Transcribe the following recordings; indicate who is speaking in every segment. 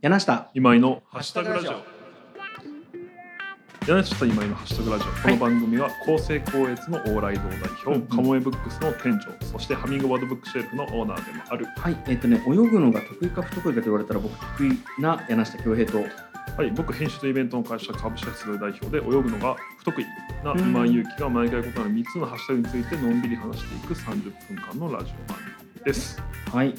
Speaker 1: 柳下
Speaker 2: 今井のハッシュタグラジオ柳下今井のハッシュタグラジオ、この番組は厚生光悦の往来堂代表、
Speaker 1: うんうん
Speaker 2: カモエブックスの店長そしてハミングバードブックシェルフのオーナーでもある
Speaker 1: はいえっ、とね泳ぐのが得意か不得意かと言われたら僕得意な柳下恭平と
Speaker 2: はい、僕、編集とイベントの会社株式会社代表で泳ぐのが不得意な今井祐希が毎回異なる3つのハッシュタグについてのんびり話していく30分間のラジオ番組です。
Speaker 1: はい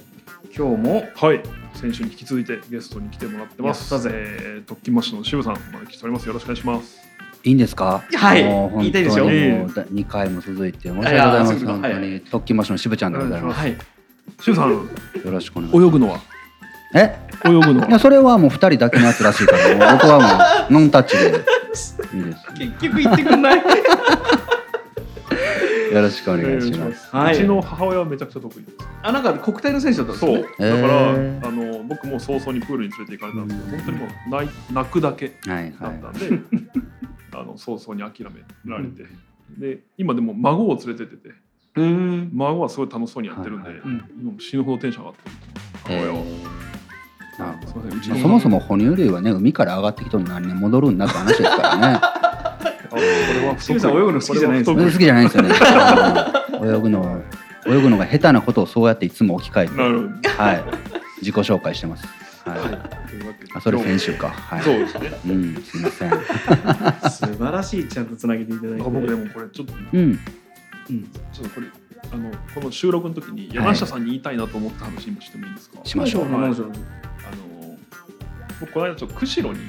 Speaker 1: 今日も
Speaker 2: はい、先週に引き続いてゲストに来てもらってます。
Speaker 1: やったぜ
Speaker 2: えー、特勤マッシュの渋さん、お招きしております。よろしくお願いします。
Speaker 3: いいんですか
Speaker 1: はい
Speaker 3: もう本当
Speaker 1: 言いたいですよ
Speaker 3: にもうだ二回も続いて、申
Speaker 1: い
Speaker 3: し訳ござ
Speaker 1: や
Speaker 3: い
Speaker 1: いや
Speaker 3: ま
Speaker 1: そうん
Speaker 3: せ。
Speaker 1: いうこと
Speaker 3: 本当
Speaker 1: は
Speaker 3: に、特訓マッシュの渋ちゃんでございま
Speaker 1: はい
Speaker 2: 渋さん、
Speaker 3: す。よろしくお願いしま
Speaker 2: 泳ぐのは
Speaker 3: す。え
Speaker 2: 泳ぐの
Speaker 3: いや、
Speaker 2: は
Speaker 3: それはもう二人だけのやつらしいから、もう僕はもう、ノンタッチで。いいです。
Speaker 1: 結局言ってくんない
Speaker 3: よろしくお
Speaker 2: お
Speaker 3: 願いし
Speaker 2: 願
Speaker 3: ます。
Speaker 2: す
Speaker 1: はいう
Speaker 2: ちの母親はめちゃくちゃ得意で。
Speaker 1: あなんか国体の選手だったんですすよ
Speaker 2: そう、
Speaker 1: ね
Speaker 2: だか
Speaker 3: え
Speaker 2: ら、
Speaker 3: ー
Speaker 2: あの僕も早々にプールに連れて行かれたんですけど、
Speaker 3: う
Speaker 2: 本当に
Speaker 3: ん
Speaker 2: もう泣い泣くだけ。
Speaker 3: はい
Speaker 2: だ
Speaker 3: は
Speaker 2: った
Speaker 3: い。
Speaker 2: んで、 あの早々に諦められて、で今でも孫を連れてってて
Speaker 1: うーん
Speaker 2: 孫はすごい楽しそうにやってるんで、
Speaker 3: はいは
Speaker 1: うん
Speaker 2: 今も死ぬほどテンション上がってる。
Speaker 3: え
Speaker 2: 母親は
Speaker 3: ーなる
Speaker 2: す
Speaker 3: ほ
Speaker 2: いませんうち
Speaker 3: ど
Speaker 2: の
Speaker 3: そもそも哺乳類はね、海から上がってきとんのに何年戻るんだって話ですからね。
Speaker 2: あこれは
Speaker 1: 清水さん泳ぐの好きじゃないんです
Speaker 3: 僕好きじゃないんですよね。泳ぐのは、泳ぐのが下手なことをそうやっていつも置き換えて。
Speaker 2: なるほど。
Speaker 3: はい。自己紹介してます。はい。
Speaker 2: というわけで
Speaker 3: あ、それ
Speaker 2: 今
Speaker 3: 先
Speaker 2: 日
Speaker 3: 週か。はい。
Speaker 2: そうですね。
Speaker 3: う。ん、すみません。
Speaker 1: 素晴らしいちゃんとつなげていただい
Speaker 2: あ
Speaker 1: て
Speaker 2: 僕でもこれちょっと
Speaker 3: うん。
Speaker 1: うん
Speaker 2: ちょっとこれあのこの収録の時に柳下さんに言いたいなと思った話 今してもいいですか。
Speaker 3: しましょう。
Speaker 2: はい
Speaker 1: 何でしょう
Speaker 2: あの僕この間ちょっと釧路に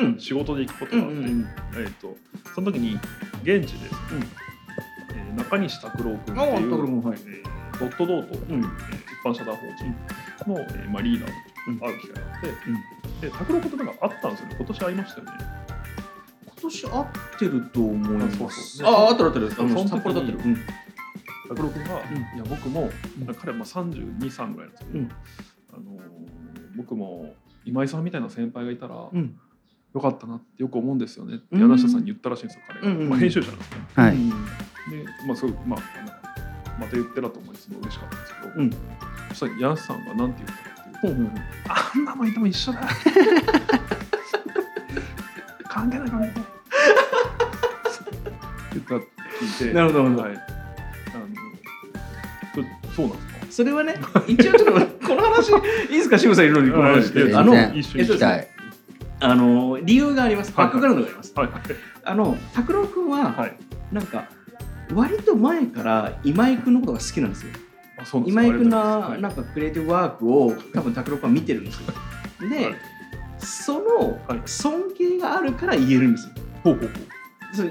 Speaker 1: うん
Speaker 2: 仕事で行くこと
Speaker 1: うん
Speaker 2: があって、えー、とその時に現地です、
Speaker 1: うん
Speaker 2: えー中西拓郎君
Speaker 1: うん
Speaker 2: って
Speaker 1: あ
Speaker 2: いう、
Speaker 1: ところもはい
Speaker 2: えードットドート、
Speaker 1: う
Speaker 2: えー
Speaker 1: ん
Speaker 2: 一般社団法人の、えーまあ、リーダーと会う機会があって、で拓郎君となんかあったんですよね今年会いましたよね
Speaker 1: 今年合ってると思います
Speaker 2: あそうそう
Speaker 1: あ合ってる合ってる
Speaker 2: そう
Speaker 1: あの札幌だってる
Speaker 2: そ拓郎君が、
Speaker 1: うん
Speaker 2: いや僕も、
Speaker 1: うん
Speaker 2: 彼はまあ32、3ぐらいなんですけど、
Speaker 1: うん
Speaker 2: あのー僕も今井さんみたいな先輩がいたら、
Speaker 1: うんうん
Speaker 2: よかったなってよく思うんですよねって
Speaker 1: うん
Speaker 2: 柳下さんに言ったらしいんですよ彼が、
Speaker 1: うんうんうん
Speaker 2: まあ、編集者なんですね
Speaker 3: はい。
Speaker 2: で、まあ、そうまあ、なんかまた言ってたと思いすごい嬉しかったんですけど、
Speaker 1: うん
Speaker 2: そしたらヤンさんがなんて言ったかって
Speaker 1: ほ
Speaker 2: いううと、
Speaker 1: ほうほう
Speaker 2: あんなのいても一緒だ 関係ない関係ない言ったって聞いて
Speaker 1: なるほどなるほど
Speaker 2: はい、あのそそうなんですか
Speaker 1: それはね、一応ちょっとこの話いいですか、渋さんいるのにこの話
Speaker 2: はい
Speaker 1: で、
Speaker 3: や
Speaker 1: あの
Speaker 3: 全然
Speaker 2: 一緒
Speaker 1: え
Speaker 2: に
Speaker 1: っと
Speaker 3: 行きたい。
Speaker 1: あの理由があります。
Speaker 2: は
Speaker 1: バ
Speaker 2: い
Speaker 1: ックグラウンドがあります。
Speaker 2: はい
Speaker 1: あの拓郎君
Speaker 2: は
Speaker 1: はいなんか割と前から今井君のことが好きなんですよ。
Speaker 2: あそうなんです
Speaker 1: 今井君の
Speaker 2: はい
Speaker 1: なんかクリエイティブワークを多分拓郎君は見てるんですよ。
Speaker 2: は
Speaker 1: で
Speaker 2: い、
Speaker 1: その
Speaker 2: はい
Speaker 1: 尊敬があるから言えるんですよ。
Speaker 2: ほうほうほう
Speaker 1: そう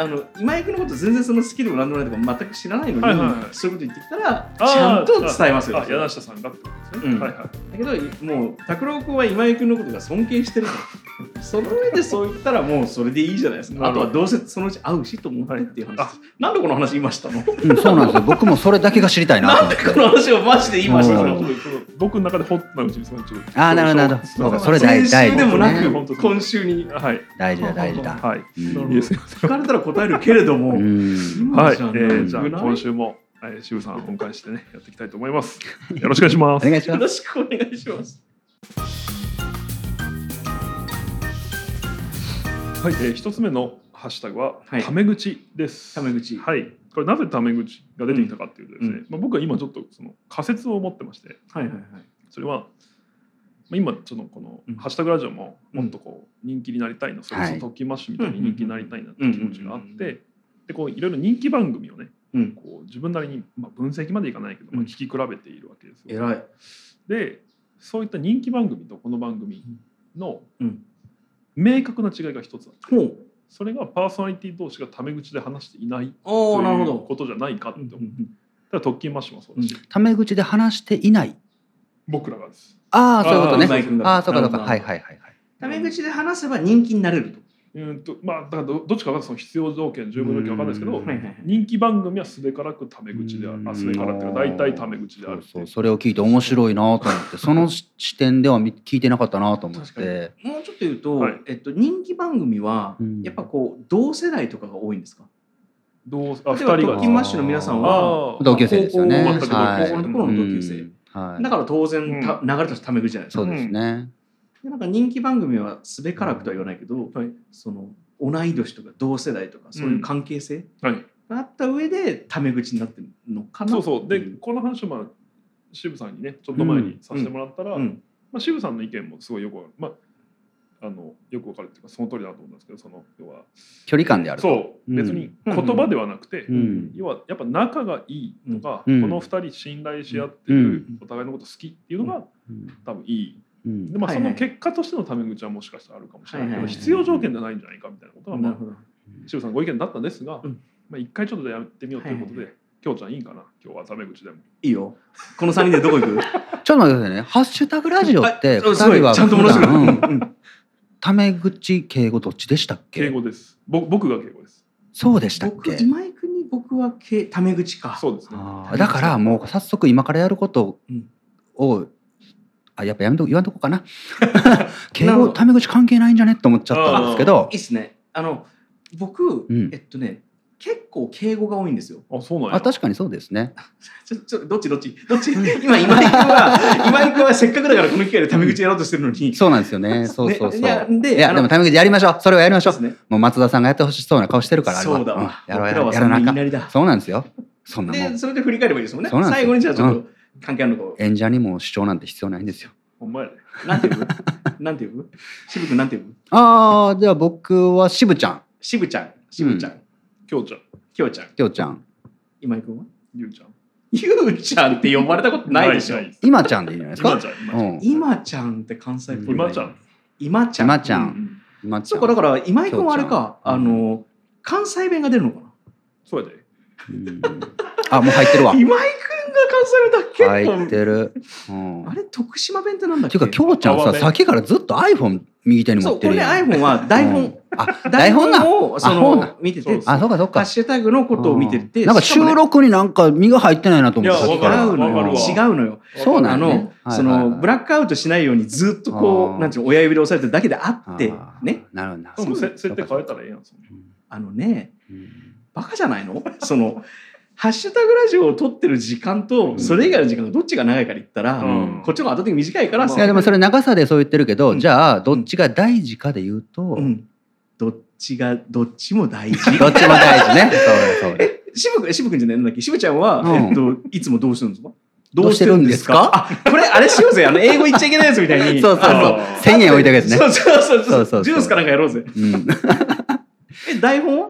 Speaker 1: あの今井君のこと全然そのスキルも何でもないとか全く知らないのに、
Speaker 2: はいはいはい
Speaker 1: そういうこと言ってきたらち
Speaker 2: あー
Speaker 1: ゃんと伝えますよ
Speaker 2: あ。柳下さんがってことですね、
Speaker 1: うん
Speaker 2: はいはい
Speaker 1: だけどもう拓郎君は今井君のことが尊敬してるとその上でそう言ったらもうそれでいいじゃないですか
Speaker 2: な
Speaker 1: あ
Speaker 2: るほ
Speaker 1: と
Speaker 2: ど
Speaker 1: はどうせそのうち会うしと思ってっていう話です、
Speaker 2: はいあ
Speaker 1: なんでこの話今したのこ
Speaker 3: うん、そうなんで すよ。僕もそれだけが知りたいなと思って。
Speaker 1: の話をマジで今し
Speaker 2: ち
Speaker 1: た
Speaker 2: ょ
Speaker 3: う
Speaker 2: っ
Speaker 1: の
Speaker 3: ん
Speaker 2: とちょっと僕の中でホットなうちにすごいちょっと
Speaker 3: あーなるほどなるほどそうかそれ大
Speaker 1: 先
Speaker 3: 事大
Speaker 1: 週
Speaker 3: 事
Speaker 1: でもなく、
Speaker 2: 本当ですね
Speaker 1: 今週に
Speaker 2: はい
Speaker 3: 大事だ大事だ。
Speaker 2: はい、
Speaker 3: う
Speaker 1: なるほ
Speaker 3: ん
Speaker 1: ど
Speaker 2: いいですよ
Speaker 1: 聞かれたら答えるけれども、
Speaker 3: うん。
Speaker 2: はい、
Speaker 1: 今
Speaker 2: え
Speaker 1: じゃ
Speaker 2: ー、じゃあ
Speaker 1: なくない
Speaker 2: 今週も、えー、渋さんをお迎えしてね、やっていきたいと思います。よろしくお願いしま
Speaker 3: お
Speaker 2: す。
Speaker 3: 願いし
Speaker 1: よ
Speaker 3: ます。
Speaker 1: ろしくお願いします
Speaker 2: はい、えー、一つ目のハッシュタグは、
Speaker 1: はい
Speaker 2: タメ口です。
Speaker 1: タメ口
Speaker 2: はい、これなぜタメ口が出てきたかっていうとですね、
Speaker 1: うん
Speaker 2: まあ、僕は今ちょっとその仮説を持ってまして、
Speaker 1: はいはいはい
Speaker 2: それは。まあ今ちょっとこの
Speaker 1: うん
Speaker 2: ハッシュタグラジオももっとこう人気になりたいな、それこそトッキンマッシュみたいに人気になりたいなって気持ちがあっ
Speaker 1: うんうんうんうん
Speaker 2: てでこういろいろ人気番組をね
Speaker 1: うん
Speaker 2: こう自分なりに、まあ、分析までいかないけど、まあ、
Speaker 1: うん
Speaker 2: 聞き比べているわけですよ。
Speaker 1: 偉い
Speaker 2: でそういった人気番組とこの番組の
Speaker 1: うん
Speaker 2: 明確な違いが一つあって
Speaker 1: ほう
Speaker 2: それがパーソナリティ同士がタメ口で話していない
Speaker 1: お
Speaker 2: と
Speaker 1: おなるほ
Speaker 2: いう
Speaker 1: ど
Speaker 2: ことじゃないかって
Speaker 1: うんう
Speaker 2: 思うだ
Speaker 1: んうん
Speaker 2: から特勤マッシュもそうだし、
Speaker 3: タメ口で話していない。
Speaker 2: 僕らがです
Speaker 3: ああ、そういうこと
Speaker 2: あー
Speaker 3: ね。
Speaker 1: 今井君が
Speaker 3: ああー、そうかそうか。
Speaker 1: なるほど
Speaker 3: はいはいはいはい。
Speaker 1: タメ口で話せば人気になれると
Speaker 2: うーんとまあだからどどっちかがその必要条件十分条件わかんないですけど、
Speaker 3: うん
Speaker 1: はいはいはい
Speaker 2: 人気番組はすべからくタメ口であるあすべからっていうか大体タメ口である
Speaker 3: そ
Speaker 2: っ
Speaker 3: う
Speaker 2: て
Speaker 3: そ
Speaker 2: いう
Speaker 3: う、それを聞いて面白いなと思って、その視視点では見聞いてなかったなと思っ
Speaker 2: 確か
Speaker 3: て。
Speaker 1: もうちょっと言うと、
Speaker 2: はい
Speaker 1: えっと、人気番組は、
Speaker 3: うん
Speaker 1: やっぱこう同世代とかが多いんですか
Speaker 2: どうあ
Speaker 1: 例
Speaker 2: 2
Speaker 1: え
Speaker 2: 人
Speaker 1: ば
Speaker 2: が
Speaker 1: トッキンマッシュの皆さんは
Speaker 2: あー
Speaker 3: 同級生ですよね
Speaker 1: 高校
Speaker 2: はい
Speaker 1: 高校の頃の同級生、
Speaker 3: うんはい
Speaker 1: だ。から当然、た
Speaker 2: う
Speaker 1: 流れとしてタメ口じゃないです
Speaker 3: そ
Speaker 1: か
Speaker 3: うですね。
Speaker 1: でなんか人気番組はすべからくとは言わないけど、
Speaker 2: はい
Speaker 1: その同い年とか同世代とかそういう関係性
Speaker 2: はい、
Speaker 1: があった上でタメ口になってるのかな
Speaker 2: そうそうで、
Speaker 1: ってい
Speaker 2: この話を、まあ、渋さんにねちょっと前にさせてもらったら、
Speaker 1: うん
Speaker 2: まあ、渋さんの意見もすごいよくわかる、まあ、あのよくわかるっていうかその通りだと思うんですけどその要は
Speaker 3: 距離感であると。
Speaker 2: そう
Speaker 3: うん
Speaker 2: 別に言葉ではなくて、
Speaker 3: うん
Speaker 2: 要はやっぱ仲がいいとか、
Speaker 3: うん
Speaker 2: この二人信頼し合ってる、
Speaker 1: うん
Speaker 2: お互いのこと好きっていうのが
Speaker 3: うん
Speaker 2: 多分いい
Speaker 3: うん
Speaker 2: で、まあ、
Speaker 1: はい
Speaker 2: そ
Speaker 1: はい
Speaker 2: の結果としてのタメ口はもしかしたらあるかもしれないけど、
Speaker 1: はいはいはい
Speaker 2: 必要条件じゃないんじゃないかみたいなことは、
Speaker 1: な
Speaker 2: ま
Speaker 1: る
Speaker 2: あ
Speaker 1: ほ、ど
Speaker 2: 渋さんご意見だったんですが、
Speaker 1: うん
Speaker 2: まあ、一回ちょっとやってみようということ
Speaker 1: は
Speaker 2: で、
Speaker 1: い
Speaker 2: きょうちゃんいいかな今日はタメ口でも。
Speaker 1: いいよこの3人でどこ行く
Speaker 3: ちょっと待ってくださいね。ハッシュタグラジオって、
Speaker 1: あそう
Speaker 3: 二
Speaker 1: すごい
Speaker 3: 人は
Speaker 1: ちゃんと戻してくれ
Speaker 3: 普段うんタメ口敬語どっちでしたっ
Speaker 2: 敬
Speaker 3: け
Speaker 2: 語です。ぼ僕が敬語です。
Speaker 3: そうでしたっ
Speaker 1: 僕
Speaker 3: け
Speaker 1: 今井君に僕はけタメ口か
Speaker 2: そうですね。
Speaker 3: あーだからもう早速今からやることを、あやっぱやめと言わんと こかな敬
Speaker 1: なるほ
Speaker 3: 語
Speaker 1: ど
Speaker 3: タメ口関係ないんじゃねって思っちゃったんですけど
Speaker 1: いいっすねあの僕、
Speaker 3: うん
Speaker 1: えっとね結構敬語が多いんですよ
Speaker 2: あ、そうなんや。
Speaker 3: あ確かにそうですね
Speaker 1: ちょちょどっちどっちどっち今今井君は 今井君はせっかくだからこの機会でタメ口やろうとしてるのに
Speaker 3: そうなんですよねそうそう
Speaker 1: ね
Speaker 3: そう、
Speaker 1: いや
Speaker 3: い
Speaker 1: で
Speaker 3: やでもタメ口やりましょうそれをやりましょう
Speaker 1: そうですね
Speaker 3: もう松田さんがやってほしそうな顔してるからあれは
Speaker 1: そうだわ、
Speaker 3: んやろう
Speaker 1: 僕ら
Speaker 3: やろ
Speaker 1: は
Speaker 3: うやらなあ
Speaker 1: そ
Speaker 3: か
Speaker 1: ん
Speaker 3: ん
Speaker 1: な言いなりだ
Speaker 3: そうなんですよそんなも
Speaker 1: で
Speaker 3: ん
Speaker 1: それで振り返ればいいですもんね
Speaker 3: そうなんです
Speaker 1: 最
Speaker 3: よ
Speaker 1: 後にじゃあちょっと関係あるのかを
Speaker 3: 演者にも主張なんて必要ないんですよ
Speaker 2: ほんまやね。
Speaker 1: なん て呼ぶなんて呼ぶ渋くんなんて呼ぶ
Speaker 3: ああじゃあ僕はしぶちゃん
Speaker 1: 渋ちゃん渋ちゃん、
Speaker 2: きょうちゃん、
Speaker 1: きょうちゃん
Speaker 3: きょうちゃん
Speaker 1: 今井君は
Speaker 2: ゆうちゃん。
Speaker 1: ゆうちゃんって呼ばれたことないでしょ
Speaker 2: ない
Speaker 3: 今ちゃんでいいんじゃないです
Speaker 2: 今
Speaker 3: か
Speaker 2: ちゃん。
Speaker 3: うん
Speaker 1: 今ちゃんって関西っぽい
Speaker 2: 今ちゃん。
Speaker 1: 今ちゃん
Speaker 3: 今ちゃ
Speaker 2: うんん
Speaker 3: 今ち
Speaker 1: そ
Speaker 3: ゃ
Speaker 1: うんかだから今井君はあれか
Speaker 3: きょうちゃん
Speaker 1: あの関西弁が出るのかな
Speaker 2: そうやで。
Speaker 3: うんあもう入ってるわ
Speaker 1: 今井君が関西弁だ
Speaker 3: 入っ
Speaker 1: 結構
Speaker 3: てる。うん、
Speaker 1: あれ徳島弁ってなんだってけ
Speaker 3: いうか、きょうちゃん
Speaker 2: 泡
Speaker 3: さ、
Speaker 2: 弁
Speaker 3: さっきからずっと iPhone 右手に
Speaker 1: そ
Speaker 3: 持
Speaker 1: う
Speaker 3: って
Speaker 1: これ
Speaker 3: る
Speaker 1: ね
Speaker 3: やん。
Speaker 1: iPhone は台
Speaker 3: う
Speaker 1: 本
Speaker 3: んあ、台本な。
Speaker 1: をそ
Speaker 3: あそうなん
Speaker 1: の見て
Speaker 2: そう
Speaker 1: て
Speaker 2: です
Speaker 1: ハ
Speaker 3: あ、そうかそう
Speaker 1: ッ
Speaker 3: か。
Speaker 1: シュタグのことを見てて
Speaker 3: なんか
Speaker 1: しもね
Speaker 3: 収録になんか身が入ってないなと思って、
Speaker 2: いや
Speaker 3: さっ
Speaker 1: 違
Speaker 3: きから。
Speaker 1: うの
Speaker 2: わかる
Speaker 1: よ
Speaker 2: わ
Speaker 1: 違うのよ
Speaker 3: そうな
Speaker 1: あ
Speaker 3: ん
Speaker 1: の、
Speaker 3: やね。
Speaker 1: そのブ
Speaker 3: ラ
Speaker 1: ラックアウトしないようにずっとこ
Speaker 3: あー
Speaker 1: うなんていうの親指で押さえてるだけであってね。
Speaker 3: なるほどな
Speaker 2: でもせ設定変えたらええやん。そんな
Speaker 1: あのね
Speaker 3: うん
Speaker 1: バカじゃないの そのハッシュタグラジオを撮ってる時間とそれ以外の時間がどっちが長いかで言ったら、
Speaker 2: うん
Speaker 1: こっちの方が圧倒的に短いから、
Speaker 2: まあ
Speaker 3: いやでもそれ長さでそう言ってるけど、
Speaker 1: うん
Speaker 3: じゃあどっちが大事かで言うと、
Speaker 1: うんどっちがどっちも大事
Speaker 3: どっちも大事ね。そうだそうだ
Speaker 1: え渋く渋くんじゃないなんだっけ渋ちゃんは、
Speaker 3: うん
Speaker 1: えっと、いつもどうしてるんですか
Speaker 3: どうしてるんですか
Speaker 1: あこれあれしようぜあの英語言っちゃいけないやつみたいに
Speaker 3: そうそう
Speaker 1: あの
Speaker 3: そう。
Speaker 2: あー
Speaker 3: 千円置いたやつね。
Speaker 1: そうそうそう
Speaker 3: そ
Speaker 1: そう
Speaker 3: うそうそう
Speaker 1: ジュースかなんかやろうぜ
Speaker 3: うん、
Speaker 1: え台本は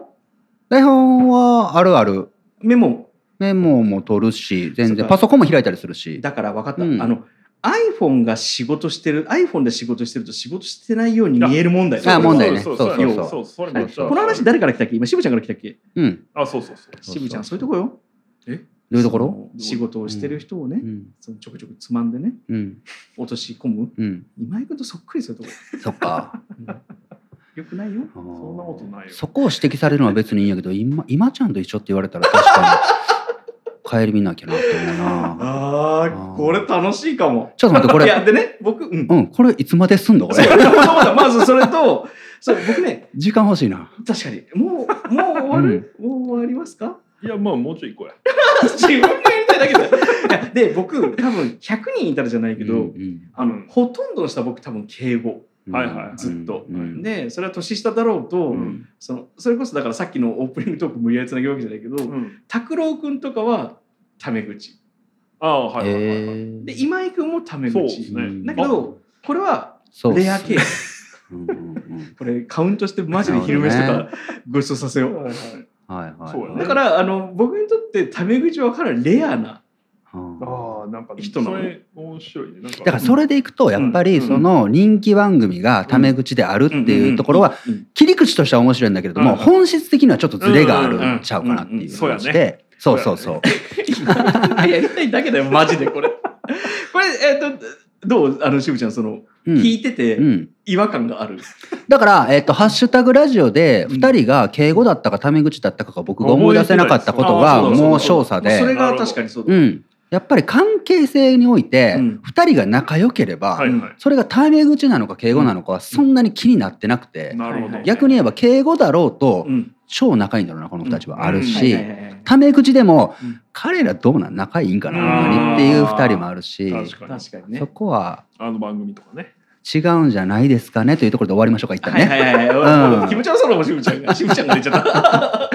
Speaker 3: 台本はあるある。
Speaker 1: メモ
Speaker 3: メモも取るし、全
Speaker 1: そう
Speaker 3: 然
Speaker 1: か
Speaker 3: パソコンも開いたりするし。
Speaker 1: だから分かった、
Speaker 3: うん
Speaker 1: あの iPhone が仕事してる iPhone で仕事してると仕事してないように見える問題
Speaker 3: いやあ問題ね
Speaker 2: そう
Speaker 3: そうそうそう
Speaker 2: そうそう。それめっちゃ
Speaker 1: この話誰から来たっけ今渋ちゃんから来たっけ
Speaker 3: うん。
Speaker 2: あ、そうそうそう。
Speaker 3: そうそう
Speaker 1: 渋ちゃんそういうとこよ
Speaker 3: どういうところ？
Speaker 1: その仕事をしてる人をね、
Speaker 3: うん
Speaker 1: そのちょくちょくつまんでね
Speaker 3: うん
Speaker 1: 落とし込む
Speaker 3: うん。
Speaker 1: 今井君とそっくりそういうとこ
Speaker 3: そっか。
Speaker 1: よくないよ
Speaker 2: そ
Speaker 3: そ
Speaker 2: んなことないよ。
Speaker 3: そこを指摘されるのは別にいいんやけど、今今ちゃんと一緒って言われたら確かに帰り見なきゃなって思うな。
Speaker 1: あ
Speaker 3: ー
Speaker 1: ーこれ楽しいかも
Speaker 3: ちょっと待ってこれ
Speaker 1: いやでね僕うん
Speaker 3: うん、これいつまですんのこ
Speaker 1: そう
Speaker 3: れ。
Speaker 1: そうだまずそれとそう僕ね
Speaker 3: 時間欲しいな。
Speaker 1: 確かにもうもう終わる、もう終わりますか
Speaker 2: いや、まあ、もうちょい行こうや。
Speaker 1: 自分がやりたいだけだいやで僕多分100人いたらじゃないけど、
Speaker 3: うんうん
Speaker 1: あの
Speaker 2: うん
Speaker 1: ほとんどの人は僕多分敬語
Speaker 3: うん
Speaker 2: はいはい
Speaker 1: ずっと
Speaker 3: うん
Speaker 1: でそれは年下だろうと、
Speaker 2: ん
Speaker 1: そのそれこそだからさっきのオープニングトーク無理やりつなげるわけじゃないけど
Speaker 2: うん。
Speaker 1: 拓郎君とかはタメ口
Speaker 2: ああ、はいはいはいはい。
Speaker 3: え
Speaker 1: で今井君もタメ
Speaker 2: そう
Speaker 1: 口、
Speaker 2: ですね
Speaker 3: うん。
Speaker 1: だけどこれは
Speaker 3: そうっす
Speaker 1: レアケース
Speaker 3: うんうんうん
Speaker 1: これカウントしてマジで昼飯と
Speaker 3: なるほ
Speaker 1: かごちそうさせよう、
Speaker 2: はいはい
Speaker 3: はいはい。
Speaker 2: そうやね
Speaker 1: だからあの僕にとってタメ口はかなりレアな
Speaker 3: うん
Speaker 2: ああ、なんか
Speaker 1: 人な
Speaker 2: そ
Speaker 1: の
Speaker 2: れ面白いね。なんか
Speaker 3: だからそれでいくとやっぱり
Speaker 2: うん
Speaker 3: その人気番組がタメ口であるっていうところは
Speaker 1: うんうん
Speaker 3: 切り口としては面白いんだけれども、
Speaker 2: うん
Speaker 3: 本質的にはちょっとズレがあるんちゃうかなっていう
Speaker 2: うんうんうんうん
Speaker 3: 感
Speaker 2: そう
Speaker 3: じ
Speaker 2: や
Speaker 3: で、そうそうそう。
Speaker 1: うんやりたいだけだよマジでこれこれえっ、とどうあの渋ちゃんその、
Speaker 3: うん
Speaker 1: 聞いて
Speaker 3: う
Speaker 1: て
Speaker 3: ん、
Speaker 1: 違和感がある、
Speaker 3: だから、えっと「ハッシュタグラジオ」で
Speaker 1: うん
Speaker 3: 2人が敬語だったかタメ口だったかが僕が思い出せなかったことが
Speaker 2: 覚えてないです
Speaker 3: もう少佐
Speaker 1: まあそれ
Speaker 3: で、
Speaker 1: が確かにそうだ、
Speaker 3: うん、やっぱり関係性において
Speaker 1: うん
Speaker 3: 2人が仲良ければ
Speaker 2: はいは
Speaker 3: それがタメ口なのか敬語なのかはそんなに気になってなく
Speaker 2: い。
Speaker 3: て
Speaker 2: なるほど。
Speaker 3: 逆に言えば敬語だろうと
Speaker 1: うん
Speaker 3: 超仲いいんだろうなこの2人はある
Speaker 1: はい
Speaker 3: し
Speaker 1: はいはいはい
Speaker 3: タメ口でも
Speaker 1: うん
Speaker 3: 彼らどうなん仲いいんかな
Speaker 2: うん
Speaker 3: ほんまにっていう2人もあるし
Speaker 2: 確かに。
Speaker 1: 確かにね
Speaker 3: そこは
Speaker 2: あの番組とかね。
Speaker 3: 違うんじゃないですかねというところで終わりましょうか一旦
Speaker 1: はい
Speaker 3: ね。
Speaker 1: はいはいはい。
Speaker 3: うん
Speaker 1: 気持ち悪そうなもんしぶちゃん が。しぶちゃんが出ちゃった。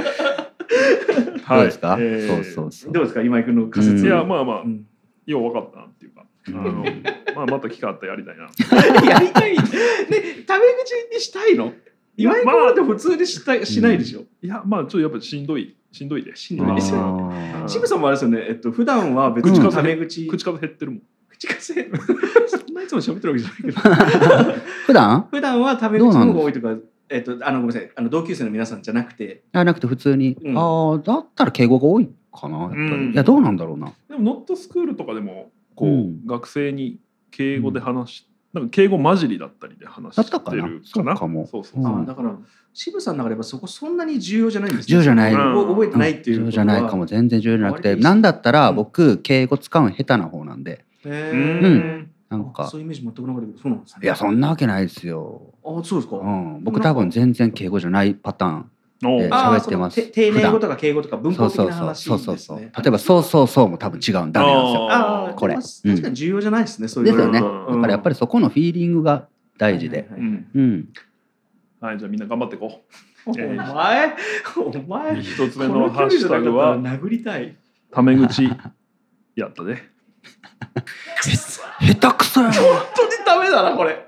Speaker 3: どうですか、
Speaker 2: はいえー
Speaker 3: そうそうそう
Speaker 1: どうですか今井君の仮説。
Speaker 2: い
Speaker 3: うん
Speaker 2: やまあまあ、
Speaker 1: うん
Speaker 2: よう分かったなっていうかあのまあまた機会あったらやりたいな
Speaker 1: やりたい。ね、タメ口にしたいの今井君だって普通でしたしないでしょ。
Speaker 2: いやまあちょっとやっぱしんどいしんどいでしん
Speaker 1: どいですよ
Speaker 3: あー
Speaker 1: 渋さんもあれですよね。えっと、普段は別にタメ口。
Speaker 2: 口数減ってるもん
Speaker 1: 口かせ。 そんないつも喋ってるわけじゃないけど。
Speaker 3: 普段
Speaker 1: 普段はタメ口の方が多いとか、えっと、あの、ごめんなさい。あの、同級生の皆さんじゃなくて。
Speaker 3: あなくて普通に、
Speaker 1: うん
Speaker 3: ああだったら敬語が多いかなやっぱり、
Speaker 2: うん
Speaker 3: いやどうなんだろうな
Speaker 2: でもノットスクールとかでもこう、
Speaker 3: うん
Speaker 2: 学生に敬語で話し、なんか敬語混じりだったりで話してるか
Speaker 3: だ
Speaker 2: な
Speaker 3: ったかなそうかも
Speaker 2: そうそうそう
Speaker 3: うん
Speaker 1: あだから渋さんの中でやっぱそこそんなに重要じゃないんですね
Speaker 3: 重要じゃない
Speaker 1: 覚覚えてないっていう
Speaker 3: 重
Speaker 1: こ
Speaker 3: 要
Speaker 1: と
Speaker 3: じゃ
Speaker 1: は
Speaker 3: ないかも全然重要じゃなくて
Speaker 1: 割と
Speaker 3: なんだったら
Speaker 1: うん
Speaker 3: 僕敬語使うん下手な方なんで
Speaker 1: へ
Speaker 2: う
Speaker 1: ー
Speaker 2: ん、
Speaker 3: なん
Speaker 1: あ
Speaker 3: か
Speaker 1: そういうイメージ全くなかったけどそうなんですね
Speaker 3: いやそんなわけないですよ、
Speaker 1: あそうですか、
Speaker 3: うん、僕多分全然敬語じゃないパターン
Speaker 2: おう
Speaker 3: えー
Speaker 1: あー
Speaker 3: 喋ってます
Speaker 1: そのて丁
Speaker 3: 普
Speaker 1: 寧
Speaker 3: 段
Speaker 1: 語とか敬語とか文法
Speaker 3: そう
Speaker 1: 的
Speaker 3: そう
Speaker 1: な
Speaker 3: そう
Speaker 1: 話
Speaker 3: そ
Speaker 1: で
Speaker 3: う
Speaker 1: す
Speaker 3: そう
Speaker 1: ね
Speaker 3: そう例えば「そうそうそう」も多分違うんダメなんですよ
Speaker 1: ああ
Speaker 3: これ
Speaker 1: でも
Speaker 3: うん
Speaker 1: 確かに重要じゃないですね、そうい
Speaker 3: で
Speaker 1: う
Speaker 3: す
Speaker 1: の
Speaker 3: よね
Speaker 2: うん
Speaker 3: だからやっぱりそこのフィーリングが大事で、
Speaker 1: はいは
Speaker 2: う
Speaker 1: いはい
Speaker 2: ん
Speaker 3: うん、
Speaker 2: はいじゃあみんな頑張っていこ
Speaker 1: お前お
Speaker 2: う
Speaker 1: 前
Speaker 2: 一つ
Speaker 1: こ
Speaker 2: 目のハッシュタグは
Speaker 1: の距離じゃなかったら殴りた い
Speaker 2: タメ口やったね
Speaker 3: 下手くそやな
Speaker 1: 本当にダメだなこれ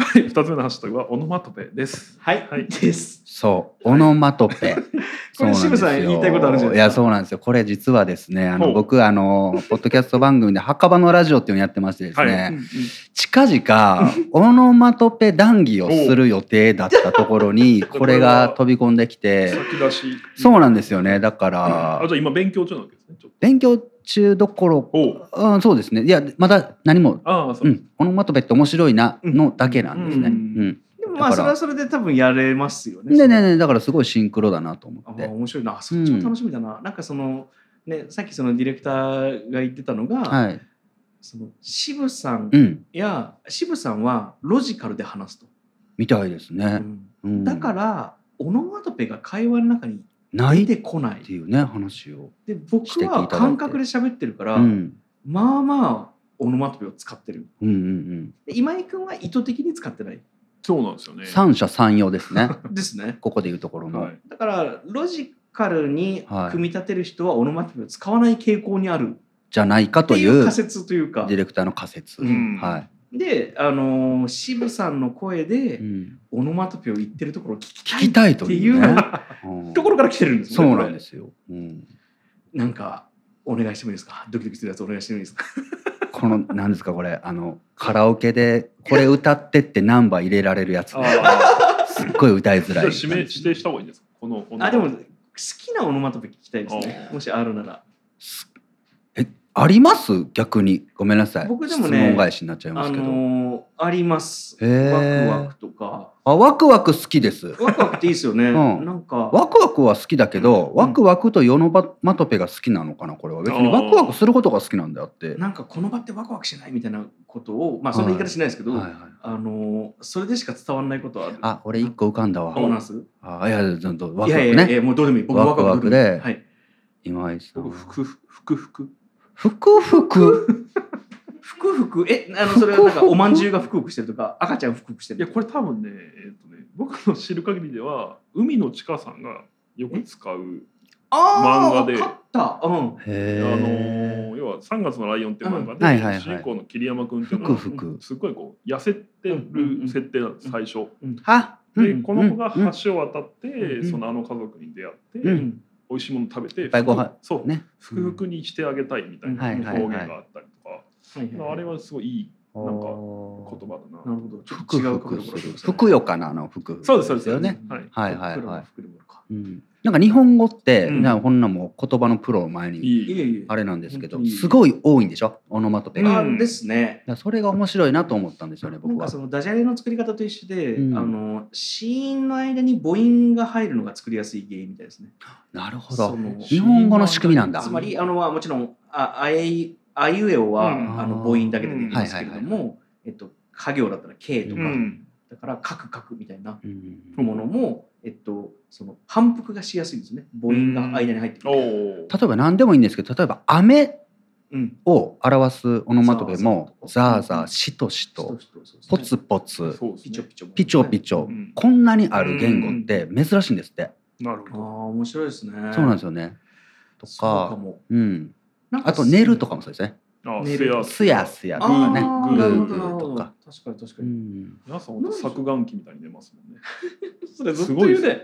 Speaker 2: はい二つ目のハッシュタグはオノマトペです
Speaker 1: はい、
Speaker 2: はい
Speaker 1: です
Speaker 3: そう、オノマトペ。
Speaker 1: これ
Speaker 3: そうなん
Speaker 1: 渋
Speaker 3: ですよ
Speaker 1: さん言いたいことあるんじゃないです
Speaker 3: い
Speaker 1: か
Speaker 3: や、そうなんですよ。これ実はですね、
Speaker 2: ほ
Speaker 3: あの
Speaker 2: う
Speaker 3: 僕あのポッドキャスト番組で墓場のラジオっていうのやってましてですね、
Speaker 2: はい
Speaker 1: うん
Speaker 3: 近々オノマトペ談義をする予定だったとこ ろに
Speaker 2: ほう
Speaker 3: これが飛び込んできて、
Speaker 2: 先出し
Speaker 3: そうなん
Speaker 2: で
Speaker 3: ですよね。だか
Speaker 2: あ
Speaker 3: ら
Speaker 2: じゃあ今勉強中なわけですねちょっ
Speaker 3: 勉強中どころ、
Speaker 2: とおう
Speaker 3: うん、そうですね。いや、まだ何も、
Speaker 2: ああそうう、
Speaker 3: ん、オノマトペって面白いなのだけなんですね。
Speaker 2: う
Speaker 3: うんん。
Speaker 1: でもまあそ
Speaker 3: だから
Speaker 1: れはそれで多分やれますよね
Speaker 3: でねねだからすごいシンクロだなと思
Speaker 1: あ
Speaker 3: って。
Speaker 1: 面白いな、そっちも楽しみだな。なんかその、ね、さっきそのディレクターが言ってたのが、
Speaker 3: はい。
Speaker 1: その渋さん
Speaker 3: うん。
Speaker 1: や、渋さんはロジカルで話すと。
Speaker 3: みたいです
Speaker 1: う
Speaker 3: ね。
Speaker 1: ん
Speaker 3: うん
Speaker 1: だから、オノマトペが会話の中に
Speaker 3: ない
Speaker 1: 出
Speaker 3: って
Speaker 1: こない。
Speaker 3: ていうね話を。
Speaker 1: で、
Speaker 3: し
Speaker 1: 僕
Speaker 3: ていただ
Speaker 1: はい
Speaker 3: て
Speaker 1: 感覚で喋ってるから、
Speaker 3: うん
Speaker 1: まあまあオノマトペを使ってる。
Speaker 3: うんうんうん。
Speaker 1: で今井君は意図的に使ってない
Speaker 2: そうなんですよね
Speaker 3: 三者三様ですね。
Speaker 1: ですね。
Speaker 3: ここでいうところの。
Speaker 2: はい
Speaker 1: だから、ロジカルに
Speaker 3: はい
Speaker 1: 組み立てる人はオノマトペを使わない傾向にある
Speaker 3: じゃないか
Speaker 1: って
Speaker 3: とい
Speaker 1: いう仮
Speaker 3: うデ
Speaker 1: 説というか。
Speaker 3: ィレクターの仮説。
Speaker 2: うん
Speaker 3: は
Speaker 1: で、あのー、渋さんの声
Speaker 3: い。
Speaker 1: で、
Speaker 3: うん
Speaker 1: オノマトペを言ってるところを聞き
Speaker 3: 聞
Speaker 1: たい
Speaker 3: きたい
Speaker 1: っ
Speaker 3: と
Speaker 1: て
Speaker 3: い
Speaker 1: いうう
Speaker 3: ね。うん
Speaker 1: ところから来てるんです。
Speaker 3: そうなんですすよ。うん
Speaker 1: なんか、お願いしてもいいですかドキドキするやつお願いしてもいいですか
Speaker 3: このなんですかこれあのカラオケでこれ歌ってってナンバー入れられるやつ
Speaker 2: あ。あ
Speaker 3: すっごい 歌い
Speaker 2: じ
Speaker 3: づ
Speaker 2: ゃ
Speaker 3: ら
Speaker 2: あ
Speaker 3: い。
Speaker 2: 指名指定した方がいいんですかこのオノマ
Speaker 1: あ、
Speaker 2: トペ
Speaker 1: でも、好きなオノマトペ聞きたいですね。もしあるなら。
Speaker 3: あります逆にごめんなさい。
Speaker 1: 僕でもね
Speaker 3: 質問返しになっちゃいま
Speaker 1: あ
Speaker 3: すけど。
Speaker 1: のー、あります。
Speaker 3: へ
Speaker 1: ワ
Speaker 3: ー
Speaker 1: クワクとか。
Speaker 3: あワクワク好きです。
Speaker 1: ワクワクっていいですよね。
Speaker 3: うん
Speaker 1: なんか、
Speaker 3: ワクワクは好きだけど、
Speaker 1: ん
Speaker 3: ワクワクとヨノバマトペが好きなのかなこれは別に
Speaker 2: あー
Speaker 3: ワクワクすることが好きなんであって、
Speaker 1: なんかこの場ってワクワクしないみたいなことを、まあ、そんな言い方しないですけど、
Speaker 3: はいはい、
Speaker 1: あのー、それでしか伝わらないことはある。
Speaker 3: あ俺一個浮かんだわ
Speaker 1: そうなんです。
Speaker 3: あいやちょっとワ
Speaker 1: い
Speaker 3: ク
Speaker 1: や
Speaker 3: ワク
Speaker 1: いやい
Speaker 3: ね
Speaker 1: や、もうどうでもいい。僕
Speaker 3: ワクワクで
Speaker 1: どうもいいはい。
Speaker 3: 今井さん
Speaker 2: 僕ふくふくふく
Speaker 3: ふくふく
Speaker 1: ふくふく、え、あの、それはなんか、おまんじゅうがふくふくしてるとか、赤ちゃんふくふくして
Speaker 2: いや
Speaker 1: るとか。
Speaker 2: これ多分ね,、えっとね僕の知る限りでは海の地下さんがよく使う
Speaker 1: あー
Speaker 2: 漫画で
Speaker 1: わかった。うん。
Speaker 3: へ
Speaker 2: あ
Speaker 3: え、
Speaker 2: の要は「3月のライオン」っていう漫画
Speaker 3: うんはいはいは
Speaker 2: で
Speaker 3: い
Speaker 2: 主人公の桐山君っていうの
Speaker 3: ふく
Speaker 2: は
Speaker 3: ふく
Speaker 2: すごいこう痩せてる設定なんです
Speaker 1: うん
Speaker 2: 最初。
Speaker 3: あ
Speaker 2: でこの子が
Speaker 3: うんうん
Speaker 2: 橋を渡っ
Speaker 1: う
Speaker 2: て
Speaker 1: ん
Speaker 2: そのあの家族に出会って
Speaker 3: う
Speaker 1: うんん。
Speaker 2: 美味しいもの食べて
Speaker 3: っぱいご飯
Speaker 2: ふくそう
Speaker 3: ね
Speaker 2: 福々にしてあげたいみたいな
Speaker 3: はいはいはい
Speaker 2: 表現があったりとか
Speaker 1: はいはい
Speaker 2: あれはすごいいい
Speaker 3: あ
Speaker 2: んか言
Speaker 3: ー
Speaker 2: 葉だ
Speaker 1: な
Speaker 2: な。
Speaker 1: るほど。ちょっ
Speaker 3: ふ
Speaker 1: と
Speaker 3: く
Speaker 1: 違う
Speaker 3: ふ
Speaker 1: 角
Speaker 3: く
Speaker 1: 度
Speaker 3: す
Speaker 1: から来て
Speaker 3: る
Speaker 1: ますね
Speaker 3: ふくよかなあのふくふく
Speaker 2: そうですそうです
Speaker 3: よね
Speaker 1: うん
Speaker 2: はい
Speaker 3: はいはいはい
Speaker 1: ふくらもふくらもか
Speaker 3: うんなんか日本語って、
Speaker 2: うん
Speaker 3: なんかこんなんもう言葉のプロを前に
Speaker 2: い
Speaker 1: い
Speaker 2: い
Speaker 1: えいえ。
Speaker 3: あれなんですけど
Speaker 2: 本当に
Speaker 3: すごい多いんでしょオノマトペが、
Speaker 1: あ
Speaker 3: だか
Speaker 2: うん
Speaker 1: ですね。
Speaker 3: らそれが面白いなと思ったんですよね
Speaker 1: な
Speaker 3: 僕
Speaker 1: ん
Speaker 3: は
Speaker 1: かそのダジャレの作り方と一緒で、
Speaker 3: うん
Speaker 1: あの子音の間に母音が入るのが作りやすい原因みたいですね。
Speaker 3: なるほ
Speaker 1: そ
Speaker 3: ど
Speaker 1: の
Speaker 3: 日本語の仕組みなんだ
Speaker 1: つまりあのまあもちろんああえいあいうえおは、
Speaker 2: うん
Speaker 1: あの母音だけでできますけれども、
Speaker 3: はいはい
Speaker 1: えっと家業だったら K とか、
Speaker 2: うん
Speaker 1: だからカクカクみたいな
Speaker 3: うん
Speaker 1: ものも、えっと、その反復がしやすいですね母音が間に入ってく
Speaker 2: お
Speaker 1: る。
Speaker 2: お。
Speaker 3: 例えば何でもいいんですけど例えば「飴
Speaker 1: うん、」
Speaker 3: を表すオノマトペも「
Speaker 1: ザー
Speaker 3: ザー
Speaker 1: ザ
Speaker 3: ザ
Speaker 1: ー
Speaker 3: ーしとし
Speaker 1: そう
Speaker 3: と
Speaker 1: そうそう」
Speaker 3: 「ポツポツ」
Speaker 2: そうです
Speaker 1: ピチョ
Speaker 2: ね。
Speaker 1: ピチョ
Speaker 3: 「ピチョピ
Speaker 1: チ
Speaker 3: チョ
Speaker 2: うん」
Speaker 3: こんなにある言語って珍しいんですって
Speaker 2: なるほ
Speaker 1: ああ
Speaker 2: ど。
Speaker 1: 面白いですね
Speaker 3: そうなん
Speaker 1: で
Speaker 3: ですよね。と
Speaker 1: す
Speaker 3: か
Speaker 1: も
Speaker 3: うん、
Speaker 1: なんか
Speaker 3: あと「寝る」とかもそうですね。
Speaker 2: ああ、
Speaker 1: 寝
Speaker 2: せ
Speaker 1: る
Speaker 2: や
Speaker 3: すやすやと
Speaker 1: あ
Speaker 3: か
Speaker 1: あ
Speaker 3: ね
Speaker 1: ー
Speaker 2: グ
Speaker 3: グ
Speaker 1: な
Speaker 2: ー
Speaker 1: る
Speaker 3: ー
Speaker 1: ほ
Speaker 3: グ
Speaker 1: どなる
Speaker 3: ー
Speaker 1: ほ
Speaker 3: と
Speaker 1: ど
Speaker 3: か。
Speaker 1: 確かに確か
Speaker 3: う
Speaker 1: に、
Speaker 3: ん
Speaker 2: 皆さん本当作眼期みたいに寝ますもんね。
Speaker 1: それずっと
Speaker 2: すごい
Speaker 1: 言う
Speaker 2: です
Speaker 1: ね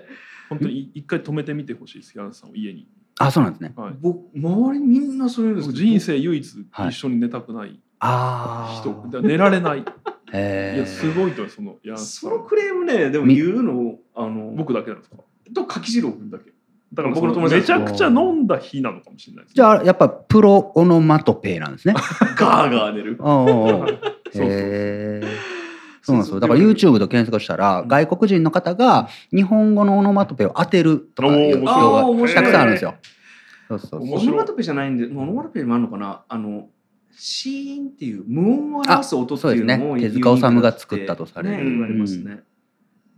Speaker 2: 本当にい一回止めてみてほしいです、ヤンさんを家に。
Speaker 3: あそうなんですね。
Speaker 2: はい。
Speaker 1: 僕周りみんなそういうんです
Speaker 2: 僕
Speaker 1: けど
Speaker 2: 人生唯一
Speaker 3: はい
Speaker 2: 一緒に寝たくない
Speaker 3: あ
Speaker 2: 人、だか
Speaker 3: あ。
Speaker 2: ら寝られない。 い
Speaker 3: へ
Speaker 2: や、す
Speaker 3: い。
Speaker 2: ごいと思うそのヤンさ
Speaker 1: そ
Speaker 2: ん
Speaker 1: の。クレームねでも言うのあの
Speaker 2: 僕だけなんですか。
Speaker 1: と柿次郎君だけ
Speaker 2: だから
Speaker 1: 僕の
Speaker 2: 僕
Speaker 1: 友
Speaker 2: の友
Speaker 1: 達
Speaker 2: 達めちゃくちゃ飲んだ日なのかもしれないですね。
Speaker 3: じゃあやっぱプロオノマトペなんですね。
Speaker 1: ガーガー寝る
Speaker 3: おうおうおう
Speaker 2: そうそう
Speaker 3: へえ。そうなんですよ。だから YouTube で検索したら、外国人の方が日本語のオノマトペを当てるとかいう動
Speaker 2: お
Speaker 3: 画
Speaker 1: ー
Speaker 3: が
Speaker 1: 面白い
Speaker 3: たくさんあるんですよ。そうそう
Speaker 2: 面
Speaker 3: そ
Speaker 1: オ
Speaker 3: う。
Speaker 2: 白い
Speaker 1: ノマトペじゃないんでオノマトペにもあるのかなあのシーンっていう無音を表す音って
Speaker 3: そうで
Speaker 1: い
Speaker 3: す
Speaker 1: うの
Speaker 3: ね
Speaker 1: も。
Speaker 3: 手塚治虫が作ったとされ
Speaker 1: ね
Speaker 3: る。
Speaker 1: 言われますね、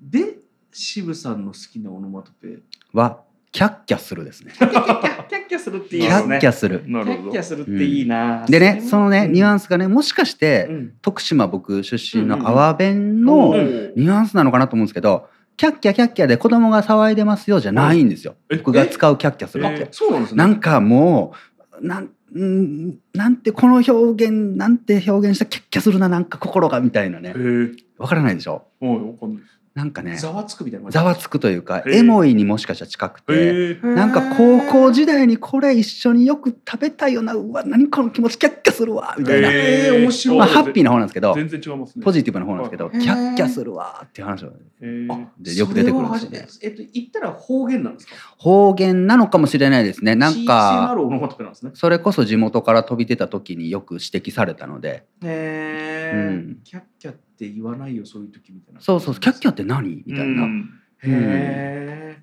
Speaker 1: で渋さんの好きなオノマトペ
Speaker 3: は、キャッキャするですね。
Speaker 1: キャッキャッキャッキャッキャするってい
Speaker 3: キ
Speaker 1: いで
Speaker 3: ャ
Speaker 1: す
Speaker 3: ッ
Speaker 1: ね
Speaker 3: キャする。
Speaker 2: な
Speaker 1: キ
Speaker 2: る
Speaker 1: ャ
Speaker 2: ほ
Speaker 1: ッ
Speaker 2: ど
Speaker 1: キャ。するっていいな、
Speaker 3: でね、そのね、ニュア
Speaker 1: ン
Speaker 3: ンスがね、もしかして、徳島僕出身の阿波弁の、
Speaker 2: おー
Speaker 3: ニュアンスなのかなと思うんですけど、キャッキャキャッキャで子供が騒いでますよじゃないんですよ。
Speaker 2: え
Speaker 3: 僕が使うキャッキャするのって。
Speaker 2: え
Speaker 1: そうなんですね
Speaker 3: なんかもう、なん、んなんてこの表現、なんて表現したキャッキャするな、なんか心がみたいなね
Speaker 2: へ。え。
Speaker 3: わからないでしょ
Speaker 2: おい、わかんないです。
Speaker 3: なんかね、
Speaker 1: ざわつくみたいな
Speaker 3: ざわつくというか、
Speaker 2: へえ
Speaker 3: エモいにもしかしたら近くて。
Speaker 2: へえ。
Speaker 3: なんか高校時代にこれ一緒によく食べたよなうわ何この気持ちキャッキャするわみたいな、
Speaker 1: えー面白い
Speaker 3: まあ、ハッピーな方なんですけど
Speaker 2: 全然違いますね。
Speaker 3: ポジティブな方なんですけど
Speaker 1: へ
Speaker 3: キ
Speaker 1: え
Speaker 3: ャッキャするわっていう話を
Speaker 2: へえ
Speaker 1: あ
Speaker 3: でよく出てくるんですよ
Speaker 1: そ
Speaker 3: ね
Speaker 1: れは初めえっと言ったら方言なんですか
Speaker 3: 方言なのかもしれないですねなん
Speaker 1: シーマ
Speaker 3: か
Speaker 1: ローのことなんですね
Speaker 3: それこそ地元から飛び出た時によく指摘されたので
Speaker 1: へ
Speaker 3: う
Speaker 1: え
Speaker 3: ん
Speaker 1: キャッキャって言わないよそういう時みたいな
Speaker 3: そうそうキャッキャって何みたいな、
Speaker 2: うん
Speaker 1: へえ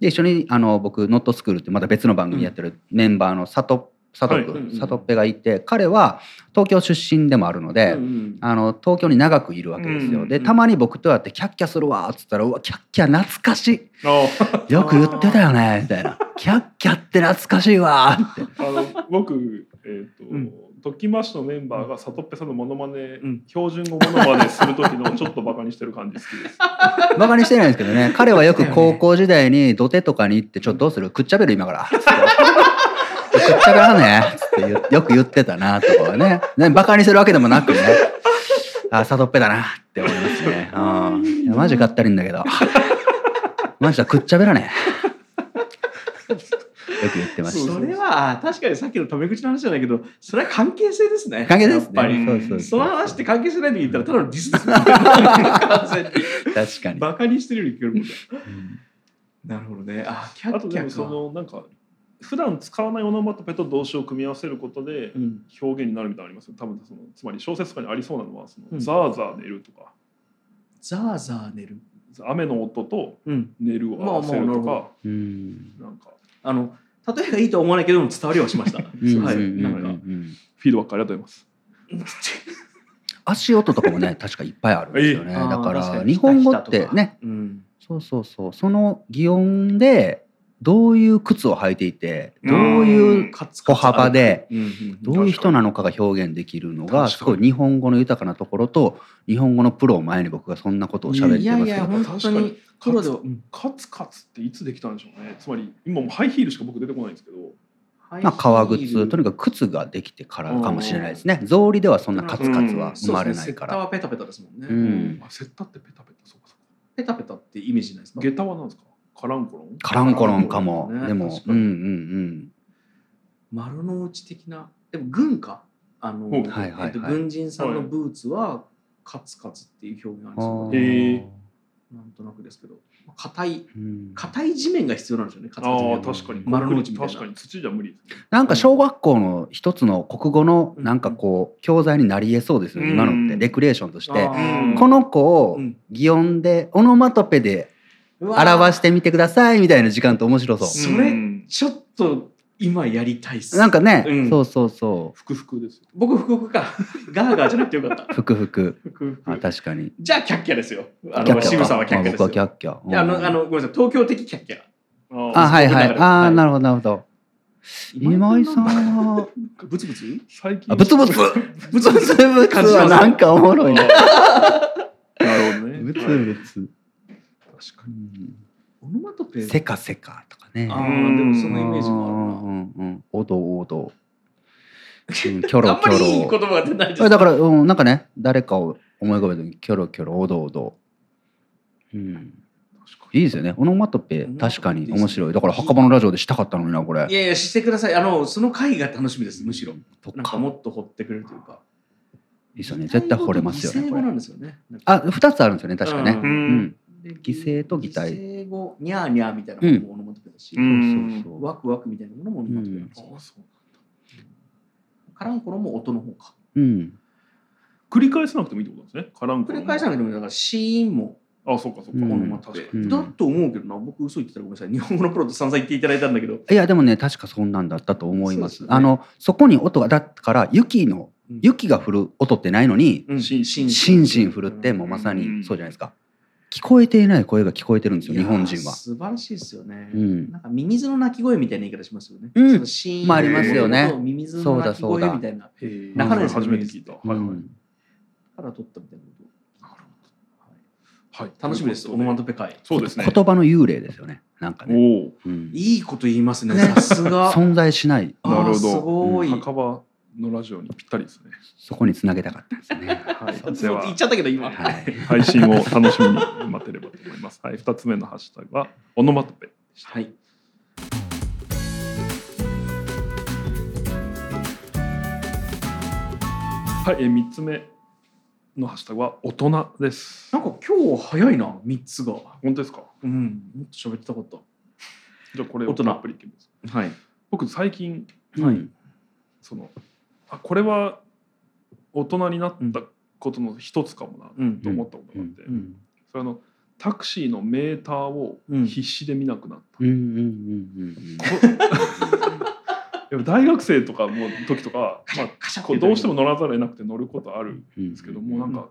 Speaker 3: で一緒にあの僕ノットスクールってまた別の番組やってるメンバーの佐藤佐藤
Speaker 1: はいうんうん
Speaker 3: 君佐藤っぺがいて彼は東京出身でもあるので、
Speaker 1: うん
Speaker 3: あの東京に長くいるわけですよ、
Speaker 2: うん
Speaker 3: でたまに僕と会って「キャッキャするわ」っつったら「うわキャッキャ懐かし
Speaker 2: あ
Speaker 3: いよく言ってたよね」みたいな「キャッキャって懐かしいわ」って
Speaker 2: あの僕、えっと
Speaker 1: うん
Speaker 2: ときましのメンバーがさとっぺさんのモノマネ、
Speaker 1: うん
Speaker 2: 標準語モノマネする時のちょっとバカにしてる感じ好き です。
Speaker 3: バカにしてないんですけどね彼はよく高校時代に土手とかに行って「ちょっとどうする食っちゃべる今から」つ って「食っちゃべらんね」つって言うよく言ってたなとかはねねバカにするわけでもなくねあサドっぺだなって思いますねうんいやマジかったりんだけどマジだ食っちゃべらねよく言ってまし
Speaker 2: そう
Speaker 1: それは確かにさっきのタメ口の話じゃないけどそれは関係性ですね
Speaker 3: た関係ないで
Speaker 1: や
Speaker 3: す
Speaker 1: っぱり
Speaker 3: ねそうそうそう
Speaker 1: その話って関係性ない時に言ったらただのディスですね完全に
Speaker 3: 確かに、
Speaker 1: バカにしてるように聞こえるもんだ
Speaker 3: うん
Speaker 1: なるほどねあキャ
Speaker 2: あと
Speaker 1: ッキ
Speaker 2: で
Speaker 1: ャ
Speaker 2: も
Speaker 1: か
Speaker 2: そのなんか普段使わないオノマトペと動詞を組み合わせることで
Speaker 1: うん
Speaker 2: 表現になるみたいなのありますよ。多分そのつまり小説とかにありそうなのはその、
Speaker 1: うん
Speaker 2: ザーザー寝るとか
Speaker 1: ザーザー寝る
Speaker 2: 雨の音と
Speaker 1: うん
Speaker 2: 寝るを合わせると
Speaker 1: まあまあ
Speaker 2: か、
Speaker 3: うん
Speaker 2: なんか
Speaker 1: あの例えがいいとは思わないけども伝わりはしました。
Speaker 3: うんうん
Speaker 1: は
Speaker 3: う
Speaker 1: い、
Speaker 3: んう
Speaker 1: なんん
Speaker 3: う
Speaker 1: か
Speaker 3: ん
Speaker 2: フィードバックありがとうございます。
Speaker 3: 足音とかもね 確かいっぱいあるんですよね
Speaker 1: ええ
Speaker 3: だか
Speaker 1: あー確からに
Speaker 3: 日本語ってね
Speaker 1: うん、
Speaker 3: そうそうそうその擬音でどういう靴を履いていてどういう
Speaker 1: カツ
Speaker 3: 歩幅で
Speaker 1: うんうん
Speaker 3: どういう人なのかが表現できるのが
Speaker 2: 確
Speaker 3: す
Speaker 2: かに
Speaker 3: ごい日本語の豊かなところと日本語のプロを前に僕がそんなことを喋っ
Speaker 1: い
Speaker 3: て
Speaker 1: や
Speaker 3: ま
Speaker 1: い
Speaker 3: すけ
Speaker 1: や
Speaker 3: ど
Speaker 1: 本当
Speaker 2: 確か
Speaker 1: に
Speaker 2: に
Speaker 1: プロでは
Speaker 2: カツカツカツっていつできたんでしょうね。つまり今もうハイヒールしか僕出てこないんですけど。
Speaker 3: まあ革靴とに
Speaker 1: か
Speaker 3: かく靴ができてからかもしれないですね草履ではそんなカツカツは生まれないか
Speaker 1: セッタ
Speaker 3: ら
Speaker 1: はペタペタですもんね。
Speaker 3: うん
Speaker 2: あセッタってペタペタそうかそうか。
Speaker 1: ペタペタってイメージないですか。
Speaker 2: 下駄はなんですか。カランコロン。
Speaker 3: カランコロンかも
Speaker 1: ね
Speaker 3: でも
Speaker 1: 確
Speaker 3: う
Speaker 1: か
Speaker 3: んう
Speaker 1: に
Speaker 3: ん
Speaker 1: 丸の内的なでも軍かあの、
Speaker 2: うん
Speaker 3: はいはいはい
Speaker 1: えっと軍人さんのブーツはカツカツっていう表現あ
Speaker 3: う
Speaker 1: るん
Speaker 3: ん
Speaker 1: ですよ、ね。
Speaker 2: へ
Speaker 3: ー
Speaker 2: え
Speaker 1: なんとなくですけど、まあ硬い
Speaker 3: うん
Speaker 1: 硬い地面が必要なんですよね。カツカツ
Speaker 2: あ
Speaker 1: に
Speaker 2: あ
Speaker 1: は
Speaker 2: 確かに。
Speaker 1: 丸の内みたいな
Speaker 2: 確かに土じゃ無理ですね。
Speaker 3: なんか小学校の一つの国語のなんかこう教材になり得そうですよね今のっ
Speaker 2: う
Speaker 3: て
Speaker 2: ん
Speaker 3: レクリエーションとして
Speaker 1: あー
Speaker 3: この子を
Speaker 1: うん
Speaker 3: 擬音でオノマトペで
Speaker 1: うわー
Speaker 3: 表してみてくださいみたいな時間って面白そう。
Speaker 1: それ
Speaker 2: うん
Speaker 1: ちょっと今やりたいっす
Speaker 3: なんかね、
Speaker 1: うん
Speaker 3: そうそうそ
Speaker 2: 福福ですよ。
Speaker 1: 僕福々かガーガーじゃなくてよかった
Speaker 3: う。ふくふく。
Speaker 1: 福
Speaker 3: あ、
Speaker 1: 々
Speaker 3: 確かに。
Speaker 1: じゃあキャッキャですよあ
Speaker 3: キャッ
Speaker 1: の
Speaker 3: キャ
Speaker 1: 渋さんはキャッキャ
Speaker 3: あ僕
Speaker 1: です
Speaker 3: はキ
Speaker 1: よ
Speaker 3: ャッキャ。うん
Speaker 1: いやあのあのごめんなさい東京的キャッキャ
Speaker 3: あ、はいはい。
Speaker 1: 僕の中で
Speaker 3: あ
Speaker 1: は
Speaker 3: あ、
Speaker 1: い
Speaker 3: なるほど、なるほど。今井さんは、
Speaker 1: ブツブツ
Speaker 2: 最近。
Speaker 3: あ、ぶつぶつ
Speaker 1: ブ
Speaker 3: ぶ
Speaker 1: ツブ
Speaker 3: つぶ
Speaker 1: ツ
Speaker 3: つぶつはなんかおもろいな。
Speaker 2: なるほどね。
Speaker 3: ぶつ
Speaker 2: はい
Speaker 3: ぶつ。
Speaker 2: 確か
Speaker 3: う
Speaker 2: に。
Speaker 3: ん
Speaker 1: オノマトペ
Speaker 3: せかせかとかね。
Speaker 1: あ
Speaker 2: ー
Speaker 1: ーでもそのイメージ
Speaker 3: う
Speaker 1: も
Speaker 3: んうんうん。おどお ど。うんキョ
Speaker 1: あるな
Speaker 3: ロ
Speaker 1: あん
Speaker 3: キ
Speaker 1: まりいい
Speaker 3: ョ
Speaker 1: 言
Speaker 3: ロ。
Speaker 1: 葉が出ないです
Speaker 3: あだから、うん、なんかね、誰かを思い浮かべるとき、キョロキョロ、おどおど。うん。
Speaker 2: 確か
Speaker 3: いいですよね。オノマトペ、確かに面白い。だから、墓場のラジオでしたかったのにな、これ
Speaker 1: い。やいやしてくださいあのその回が楽しみですむしろ
Speaker 3: と
Speaker 1: なん
Speaker 3: か
Speaker 1: か
Speaker 3: も。
Speaker 1: も
Speaker 3: い
Speaker 1: っと掘ってくれるというか
Speaker 3: いですよね。絶対惚れますよね、
Speaker 1: 擬
Speaker 3: こ
Speaker 1: 声語
Speaker 3: れ
Speaker 1: な。んですよねなんか
Speaker 3: あ、二つあるんですよね、確かね。
Speaker 2: に。う。
Speaker 3: うんん。擬声と擬態
Speaker 1: 擬声語ニャーニャーみたいなものもオノマトペだし、
Speaker 2: うん
Speaker 3: そうそうそう。
Speaker 1: ワクワクみたいなものもオノマトペなんですよ、
Speaker 2: あそう
Speaker 1: カランコロも音の方か
Speaker 3: うん。
Speaker 2: 繰り返さなくてもいいってことなんですね。カランコ
Speaker 1: 繰
Speaker 2: ロ
Speaker 1: り返さなくてもだからシーンも
Speaker 2: あ、そうかそうか。
Speaker 3: うん
Speaker 1: オノマトペ、
Speaker 3: うん
Speaker 1: だと思うけどな僕嘘言ってたらごめんなさい日本語のプロと散々言っていただいたんだけど
Speaker 3: いや、でもね、確かそんなんだったと思います。
Speaker 1: そうですよね
Speaker 3: あの、そこに音が、だから、雪の、
Speaker 1: うん
Speaker 3: 雪が降る音ってないのに、
Speaker 1: うん
Speaker 2: シンシン
Speaker 3: しんじん振るってもうまさにそうじゃないですか聞こえていない声が聞こえてるんですよ
Speaker 1: いや
Speaker 3: 日
Speaker 1: ー
Speaker 3: 本人は
Speaker 1: 素晴らしいですよね、
Speaker 3: うん
Speaker 1: なんかミミズの鳴き声みたいな言い方しますよね、
Speaker 3: うん
Speaker 1: そのシーン
Speaker 3: ま
Speaker 2: あありますよ
Speaker 3: ね
Speaker 1: ミミズの鳴き声みたいな
Speaker 2: へー
Speaker 1: 中根さん
Speaker 2: 初めて聞いた。は
Speaker 3: う
Speaker 2: いはい。
Speaker 3: ん
Speaker 1: から取ったみたいなこと、はい
Speaker 2: はい
Speaker 1: 楽しみですオノマトペ会
Speaker 2: そうですね。
Speaker 3: 言葉の幽霊ですよねなんかね、
Speaker 2: お
Speaker 3: うん
Speaker 1: いいこと言いますね
Speaker 3: ね
Speaker 1: さすが
Speaker 3: 存在しない
Speaker 1: あー
Speaker 2: なるほど
Speaker 1: すごい、
Speaker 2: お。墓場のラジオにぴったりですね。
Speaker 3: そこにつなげたかったですね
Speaker 2: はい。で
Speaker 1: そう
Speaker 2: は
Speaker 1: 言っちゃったけど今、
Speaker 3: はい
Speaker 2: 配信を楽しみに待てればと思います。はい。二つ目のハッシュタグはオノマトペ。
Speaker 1: はい。
Speaker 2: はい。えー三つ目のハッシュタグは大人です。
Speaker 1: なんか今日早いな、三つが。
Speaker 2: 本当ですか。
Speaker 1: うん、もっと喋ってたかっ
Speaker 2: じゃあこれ
Speaker 1: 大
Speaker 2: を
Speaker 1: 人
Speaker 2: たっぷりいきます。
Speaker 1: た。はい。
Speaker 2: 僕最近
Speaker 1: はい
Speaker 3: うん
Speaker 2: そのあこれは大人になったことの一つかもな
Speaker 1: うん
Speaker 2: と。思ったことがあって、
Speaker 1: うん。
Speaker 2: それあのタクシーのメーターを必死で見なくなった。
Speaker 3: うんうんうん
Speaker 2: でも大学生とかも時とか、まあ、
Speaker 1: カシャ
Speaker 2: こうどうしても乗らざるを得なくて乗ることあるん
Speaker 3: うんうん
Speaker 2: ですけどもなんか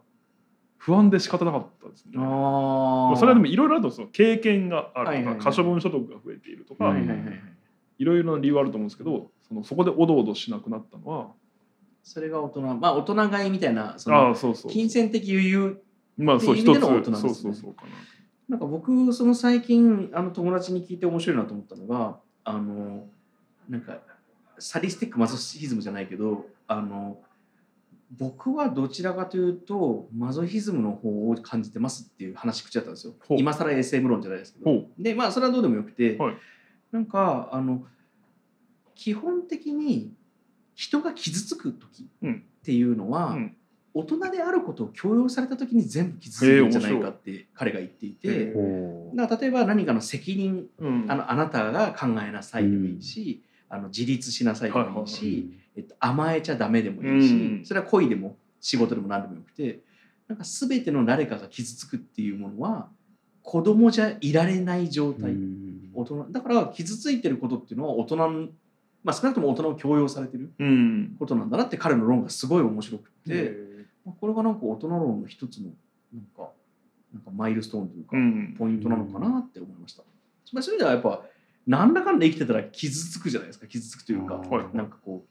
Speaker 2: 不安で仕方なかったですね。
Speaker 1: ああ。
Speaker 2: それはでもいろいろあるとその経験があ
Speaker 1: はい
Speaker 2: る
Speaker 1: はいはい
Speaker 2: とか可処分所得が増えていると
Speaker 3: は
Speaker 2: か
Speaker 1: はいい
Speaker 3: は
Speaker 1: はいい
Speaker 3: は
Speaker 1: はいい。
Speaker 2: いろいろな理由はあると思うんですけどそのそこでおどおどしなくなったのは
Speaker 1: それが大人、まあ大人買いみたいな、そ
Speaker 2: あ
Speaker 1: の
Speaker 2: あそうそう
Speaker 1: 金銭的余裕。
Speaker 2: まあそう
Speaker 1: って
Speaker 2: 一
Speaker 1: いう意
Speaker 2: つ
Speaker 1: 味での大人です
Speaker 2: そ
Speaker 1: ね
Speaker 2: うそうそうかな。
Speaker 1: なんか僕、その最近、あの友達に聞いて面白いなと思ったのが、あの、なんか、サリスティックマゾヒズムじゃないけど、あの、僕はどちらかというと、マゾヒズムの方を感じてますっていう話し口だったんですよ。
Speaker 2: ほう
Speaker 1: 今更 SM 論じゃないですけど
Speaker 2: ほ。う
Speaker 1: でまあそれはどうでもよくて、
Speaker 2: はい
Speaker 1: なんかあの基本的に人が傷つく時
Speaker 2: うん
Speaker 1: っていうのは、
Speaker 2: うん
Speaker 1: 大人であることを強要された時に全部傷つくんじゃないかって彼が言っていて、
Speaker 2: へー
Speaker 3: ほう
Speaker 1: だから例えば何かの責任
Speaker 2: うん
Speaker 1: あのあなたが考えなさいでもいいし、あの自立しなさいでもいいし、えっと、甘えちゃダメでもいいし、
Speaker 2: うん
Speaker 1: それは恋でも仕事でも何でもよくてなんか全ての誰かが傷つくっていうものは子供じゃいられない状態、
Speaker 3: うん
Speaker 1: 大人だから傷ついてることっていうのは大人の、まあ、少なくとも大人を強要されてる
Speaker 2: うん
Speaker 1: ことなんだなって彼の論がすごい面白くて、
Speaker 2: で
Speaker 1: まあこれがなんか大人論の一つのなんかなんかマイルストーンというか、
Speaker 2: うん
Speaker 1: ポイントなのかなって思いました。まあそういう意味ではやっぱ何らかんで生きてたら傷つくじゃないですか傷つくというか、
Speaker 3: あー
Speaker 2: はい
Speaker 1: なんかこう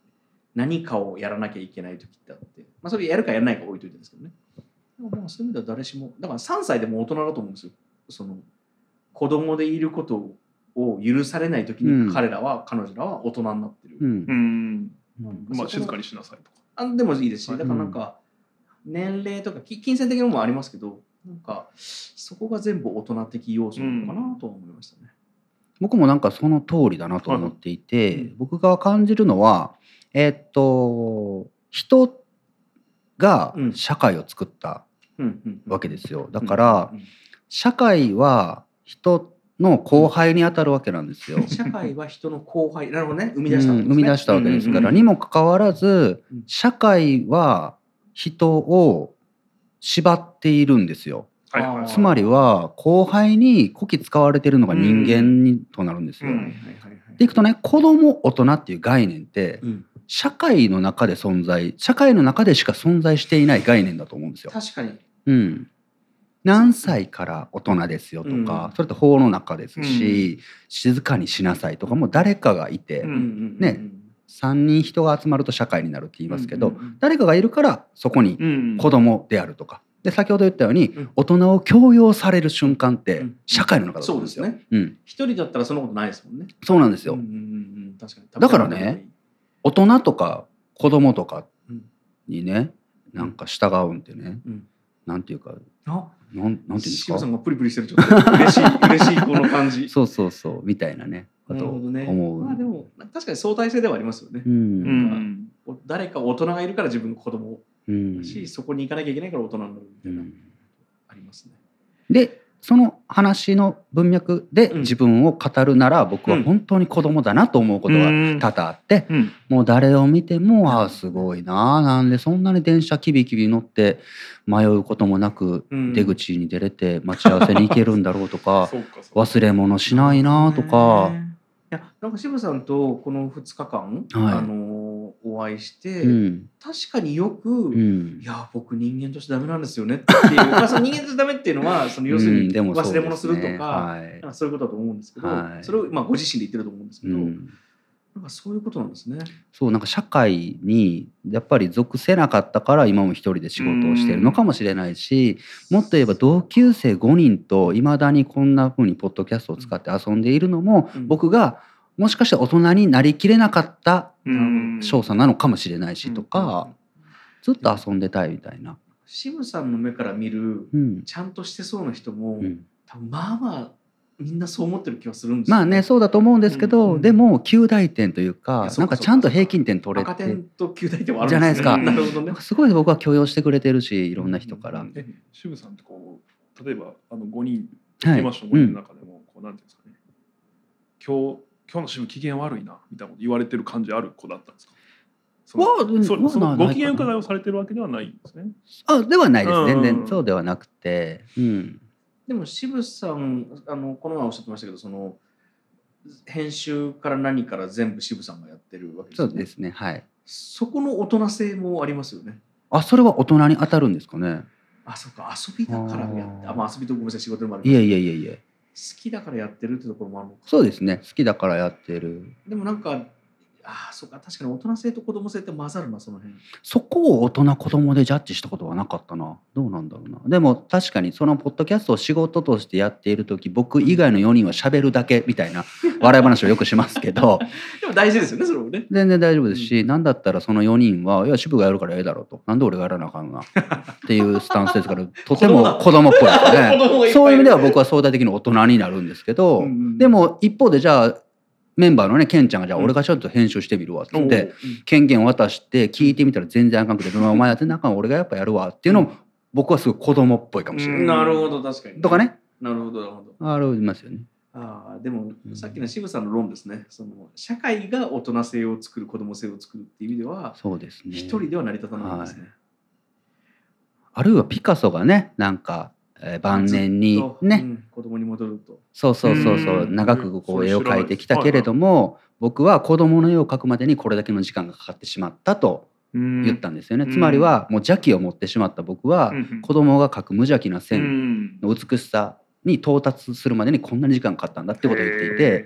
Speaker 1: 何かをやらなきゃいけない時ってあって、まあ、それやるかやらないか置いといてですけどねでもまあそういう意味では誰しもだから3歳でも大人だと思うんですよその子供でいることを許されない時
Speaker 3: うん
Speaker 1: に彼らは、彼女らは大人になってる、
Speaker 3: うん
Speaker 2: うん
Speaker 3: うん
Speaker 2: まあ
Speaker 1: そこ
Speaker 2: 静
Speaker 1: の
Speaker 2: かにしなさいとか。
Speaker 1: あでもいいですし、
Speaker 2: はい
Speaker 1: だからなんか、年齢とかき金銭的なものもありますけど、なんか、そこが全部大人的要素なのかなとは思いましたね。
Speaker 3: 僕もなんかその通りだなと思っていて、
Speaker 1: いうん
Speaker 3: 僕が感じるのはえーっと人が
Speaker 1: うん
Speaker 3: 社会を作った
Speaker 1: うんうん
Speaker 3: わけですよ、だ
Speaker 1: うん
Speaker 3: から
Speaker 1: うん
Speaker 3: 社会は人の後輩に当たるわけなんですよ。
Speaker 1: 社会は人の後輩、なるほどね、生
Speaker 3: う
Speaker 1: み
Speaker 3: ん
Speaker 1: 出したわけですね、
Speaker 3: 生み出したわけですから、
Speaker 2: うんうんうん
Speaker 3: にもかかわらず
Speaker 1: うん
Speaker 3: 社会は人を縛っているんですよ。
Speaker 2: はいはい
Speaker 1: あー
Speaker 3: つまりは後輩にこき使われてるのが人間にとなるんですよ。
Speaker 2: うん
Speaker 1: はいはいはいはい
Speaker 3: でいくとね子供大人っていう概念って
Speaker 1: うん
Speaker 3: 社会の中で存在社会の中でしか存在していない概念だと思うんですよ。
Speaker 1: 確かに。
Speaker 3: うん、何歳から大人ですよとか、
Speaker 1: うん
Speaker 3: それって法の中ですし、静かにしなさいとかも誰かがいて、
Speaker 1: う
Speaker 2: う
Speaker 1: んんうんうん
Speaker 3: ね3人人が集まると社会になるって言いますけど、
Speaker 1: うんうんうん
Speaker 3: 誰かがいるからそこに
Speaker 2: うん
Speaker 3: 子供であるとか。で先ほど言ったように、
Speaker 1: うん
Speaker 3: 大人を強要される瞬間って
Speaker 1: うん
Speaker 3: 社会の中だと
Speaker 1: そ
Speaker 3: 思
Speaker 1: う
Speaker 3: う
Speaker 1: で
Speaker 3: んです
Speaker 1: す
Speaker 3: よ。
Speaker 1: ね。
Speaker 3: うん、
Speaker 1: 一人だったらそんなことないですもんね。
Speaker 3: そうなんですよ。
Speaker 1: うんうんうんうん確かに
Speaker 3: だからね、大人とか子供とか
Speaker 1: うん
Speaker 3: にね、なんか従うんってね、
Speaker 1: うん
Speaker 3: なんていうか、
Speaker 1: あ
Speaker 3: なんなんていうんです
Speaker 1: 志保
Speaker 3: か
Speaker 1: さ。んがプリプリしてるちょっと嬉し い嬉しいこの感じ。
Speaker 3: そうそうそうみたいなね、こ
Speaker 1: な
Speaker 3: と
Speaker 1: る
Speaker 3: を
Speaker 1: ほどね。
Speaker 3: 思う。
Speaker 1: まあでも確かに相対性ではありますよね
Speaker 3: う。、
Speaker 2: うんん
Speaker 1: お誰か大人がいるから自分の子供
Speaker 3: うん
Speaker 1: だし、そこに行かなきゃいけないから大人になるみた
Speaker 3: う
Speaker 1: いな、
Speaker 3: ん
Speaker 1: ありますね。
Speaker 3: で、その話の文脈で
Speaker 1: うん
Speaker 3: 自分を語るなら、僕は本当に子供だなと思うことが
Speaker 2: うん
Speaker 3: 多々あって、
Speaker 2: うん
Speaker 3: もう誰を見てもああすごいなあなんでそんなに電車キビキビ乗って迷うこともなく
Speaker 1: うん
Speaker 3: 出口に出れて待ち合わせに行けるんだろうと か
Speaker 2: そうかそうか
Speaker 3: 忘れ物しないなあとか
Speaker 1: ね。いやなんか渋さんとこの2日間、
Speaker 3: はい
Speaker 1: あのお会いして、
Speaker 3: うん
Speaker 1: 確かによく、
Speaker 3: うん
Speaker 1: いや僕人間としてダメなんですよねって いうまあその人間としてダメっていうのはその要する
Speaker 3: うん
Speaker 1: に
Speaker 3: でもそう
Speaker 1: 忘れ
Speaker 3: ですね
Speaker 1: 物するとか、
Speaker 3: はい
Speaker 1: なんかそういうことだと思うんですけど、
Speaker 3: はい
Speaker 1: それをまあご自身で言ってると思うんですけ
Speaker 3: う
Speaker 1: ど、
Speaker 3: ん
Speaker 1: なんかそういうことなんですね。
Speaker 3: そうなんか社会にやっぱり属せなかったから今も一人で仕事をしているのかもしれないしもっと言えば同級生5人といまだにこんな風にポッドキャストを使って遊んでいるのも
Speaker 1: うん
Speaker 3: 僕がもしかして大人になりきれなかった
Speaker 2: うん
Speaker 3: 翔さんなのかもしれないしと
Speaker 1: う
Speaker 3: か
Speaker 1: ん、
Speaker 3: ずっと遊んでたいみたいな。
Speaker 1: 渋さんの目から見る
Speaker 3: うん
Speaker 1: ちゃんとしてそうな人も、
Speaker 3: うん
Speaker 1: 多分まあまあみんなそう思ってる気はするんですよ
Speaker 3: まあねそうだと思うんですけど、
Speaker 1: うん
Speaker 3: でも9大点というか
Speaker 1: いやそうか
Speaker 3: なんかちゃんと平均点取れ
Speaker 1: 赤
Speaker 3: て
Speaker 1: 点と旧大点はあるん
Speaker 3: じゃないです
Speaker 2: か
Speaker 1: ねなるほど
Speaker 3: な
Speaker 1: ね
Speaker 3: ん。かすごい僕は許容してくれてるしいろんな人から。
Speaker 1: うん
Speaker 2: え渋さんってこう例えばあの5人
Speaker 3: はい
Speaker 2: いました5人の中でもこうなんていうんですかね今日今日の渋機嫌悪いなみたいなこと言われてる感じある子だったんですかその
Speaker 3: わうん
Speaker 2: そ
Speaker 3: わ
Speaker 2: そのご機嫌
Speaker 3: ないかな
Speaker 2: 伺いをされてるわけではないんですね。
Speaker 3: あではないです、
Speaker 2: うん
Speaker 3: 全然そうではなくて、うん、
Speaker 1: でも渋さんあのこの前おっしゃってましたけどその編集から何から全部渋さんがやってるわけです
Speaker 3: そ
Speaker 1: よ
Speaker 3: うですねはい
Speaker 1: そこの大人性もありますよね。
Speaker 3: あそれは大人に当たるんですかね
Speaker 1: あそうか遊びだからやって
Speaker 3: あー
Speaker 1: あまあ遊びとごめんなさい仕事でもあり
Speaker 3: い
Speaker 1: ます
Speaker 3: えいえいえいえ
Speaker 1: 好きだからやってるってところもあるのか
Speaker 3: そうですね好きだからやってる
Speaker 1: でもなんかあそうか確かに大人性と子供性って混ざるなその辺。
Speaker 3: そこを大人子供でジャッジしたことはなかったなどうなんだろうなでも確かにそのポッドキャストを仕事としてやっている時僕以外の4人は喋るだけみたいな笑い話をよくしますけど
Speaker 1: でも大事ですよねそれもね。
Speaker 3: 全然大丈夫ですし、なんだったらその4人は「いや渋がやるからええだろ」と「なんで俺がやらなあかんな」っていうスタンスですからとても子供っぽいですね。
Speaker 1: 子供がっぱ
Speaker 3: そういう意味で
Speaker 1: る
Speaker 3: は僕は相対的に大人になるんですけど、
Speaker 1: うんうん
Speaker 3: でも一方でじゃあメンバーのねケンちゃんがじゃあ
Speaker 1: うん
Speaker 3: 俺がちょっと編集してみるわって言って、
Speaker 2: お
Speaker 3: 権限渡して聞いてみたら全然あかんくて「お前やってなあかん俺がやっぱやるわ」っていうのも僕はすごい子供っぽいかもしれない。
Speaker 2: うん
Speaker 1: なるほど確かに。
Speaker 3: とかね
Speaker 1: なるほどなるほど。
Speaker 3: ありますよね。
Speaker 1: ああでも
Speaker 3: うん
Speaker 1: さっきの渋さんの論ですね。その社会が大人性を作る子供性を作るっていう意味では
Speaker 3: そうですね
Speaker 1: 一人では成り立たないんですね。
Speaker 3: あるいはピカソがねなんか、えー晩年に
Speaker 1: と
Speaker 3: ね、
Speaker 1: うん子供に戻ると。
Speaker 3: そうそうそうそううん長くこ
Speaker 2: そう
Speaker 3: う
Speaker 2: いう
Speaker 3: 絵を
Speaker 2: 知らない
Speaker 3: 描いてきたけれども僕は子供の絵を描くまでにこれだけの時間がかかってしまったと言
Speaker 2: 言
Speaker 3: ったんですよね、
Speaker 2: うん
Speaker 3: つまりはもう邪気を持ってしまった僕は子供が描く無邪気な線の美しさに到達するまでにこんなに時間かかったんだってことを言っていて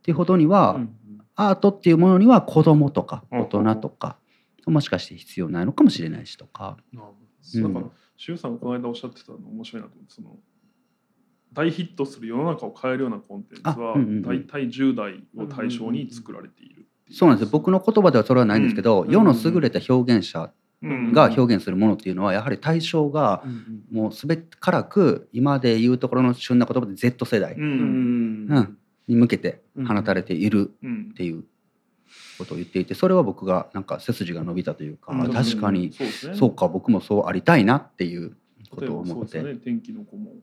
Speaker 3: っていうほどには、
Speaker 1: うん
Speaker 3: アートっていうものには子供とか
Speaker 2: うん
Speaker 3: 大人とかもしかして必要ないのかもしれないしとか。
Speaker 2: な
Speaker 1: うん
Speaker 2: んか周さんがこの間おっしゃってたの面白いなと思ってその大ヒットする世の中を変えるようなコンテンツは
Speaker 3: あうんうんうん
Speaker 2: 大体10代を対象に作られているってい
Speaker 3: そうなんですよ僕の言葉ではそれはないんですけど、
Speaker 1: うん
Speaker 3: 世の優れた表現者
Speaker 2: うん
Speaker 3: が表現するものっていうのはやはり対象が
Speaker 1: うんうん
Speaker 3: もうすべからく今で言うところの旬な言葉で Z 世代
Speaker 2: う
Speaker 1: うんん
Speaker 3: うんに向けて
Speaker 1: うん
Speaker 3: 放たれている
Speaker 2: うん
Speaker 3: っていうことを言っていてそれは僕がなんか背筋が伸びたというか
Speaker 1: うん
Speaker 3: 確かに
Speaker 2: そうですね
Speaker 3: そうか僕もそうありたいなっていうこ
Speaker 2: 例え
Speaker 3: とを
Speaker 2: ばそ
Speaker 3: 思
Speaker 2: う
Speaker 3: っ
Speaker 2: ですよ
Speaker 3: て。
Speaker 2: ね天気の子も